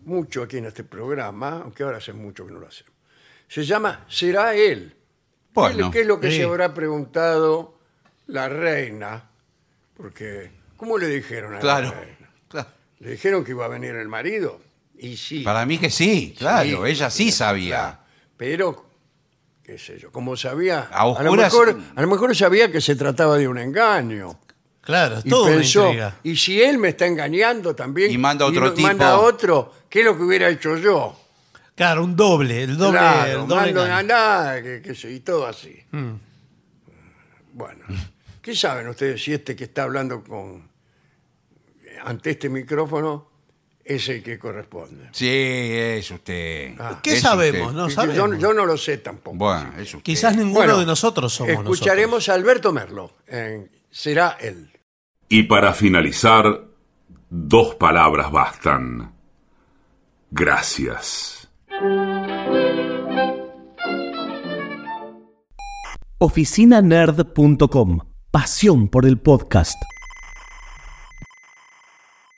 Speaker 2: mucho aquí en este programa, aunque ahora hace mucho que no lo hacemos. Se llama Será él.
Speaker 4: Bueno.
Speaker 2: ¿Qué es lo que
Speaker 3: Sí.
Speaker 2: se habrá preguntado la reina? Porque, ¿cómo le dijeron a
Speaker 4: Claro.
Speaker 2: la reina?
Speaker 4: claro.
Speaker 2: ¿Le dijeron que iba a venir el marido? Y sí.
Speaker 4: Para mí que sí, claro.
Speaker 2: Sí,
Speaker 4: ella sí sabía.
Speaker 2: claro. Pero, qué sé yo, como sabía,
Speaker 4: A
Speaker 2: lo,
Speaker 4: oscuras-
Speaker 2: mejor, a lo mejor sabía que se trataba de un engaño.
Speaker 3: Claro, es
Speaker 2: Y
Speaker 3: toda
Speaker 2: pensó,
Speaker 3: una intriga.
Speaker 2: y si él me está engañando también,
Speaker 4: Y manda otro
Speaker 2: lo- manda
Speaker 4: tipo.
Speaker 2: otro, ¿qué es lo que hubiera hecho yo?
Speaker 3: Claro, un doble, el doble, el
Speaker 2: claro,
Speaker 3: doble
Speaker 2: mando
Speaker 3: engaño.
Speaker 2: a nada, que, que sé, y todo así. Bueno, ¿qué saben ustedes si este que está hablando con ante este micrófono es el que corresponde?
Speaker 4: Sí, es usted.
Speaker 2: Ah.
Speaker 3: ¿Qué
Speaker 4: Es
Speaker 3: sabemos?
Speaker 4: usted.
Speaker 3: No
Speaker 2: Yo-
Speaker 3: sabemos.
Speaker 2: Yo, yo no lo sé tampoco.
Speaker 4: Bueno, es usted.
Speaker 3: Quizás ninguno
Speaker 2: eh, Bueno,
Speaker 3: de nosotros somos
Speaker 2: Escucharemos a Alberto Merlo. en será él.
Speaker 5: Y para finalizar, dos palabras bastan. Gracias.
Speaker 6: oficinanerd.com. Pasión por el podcast.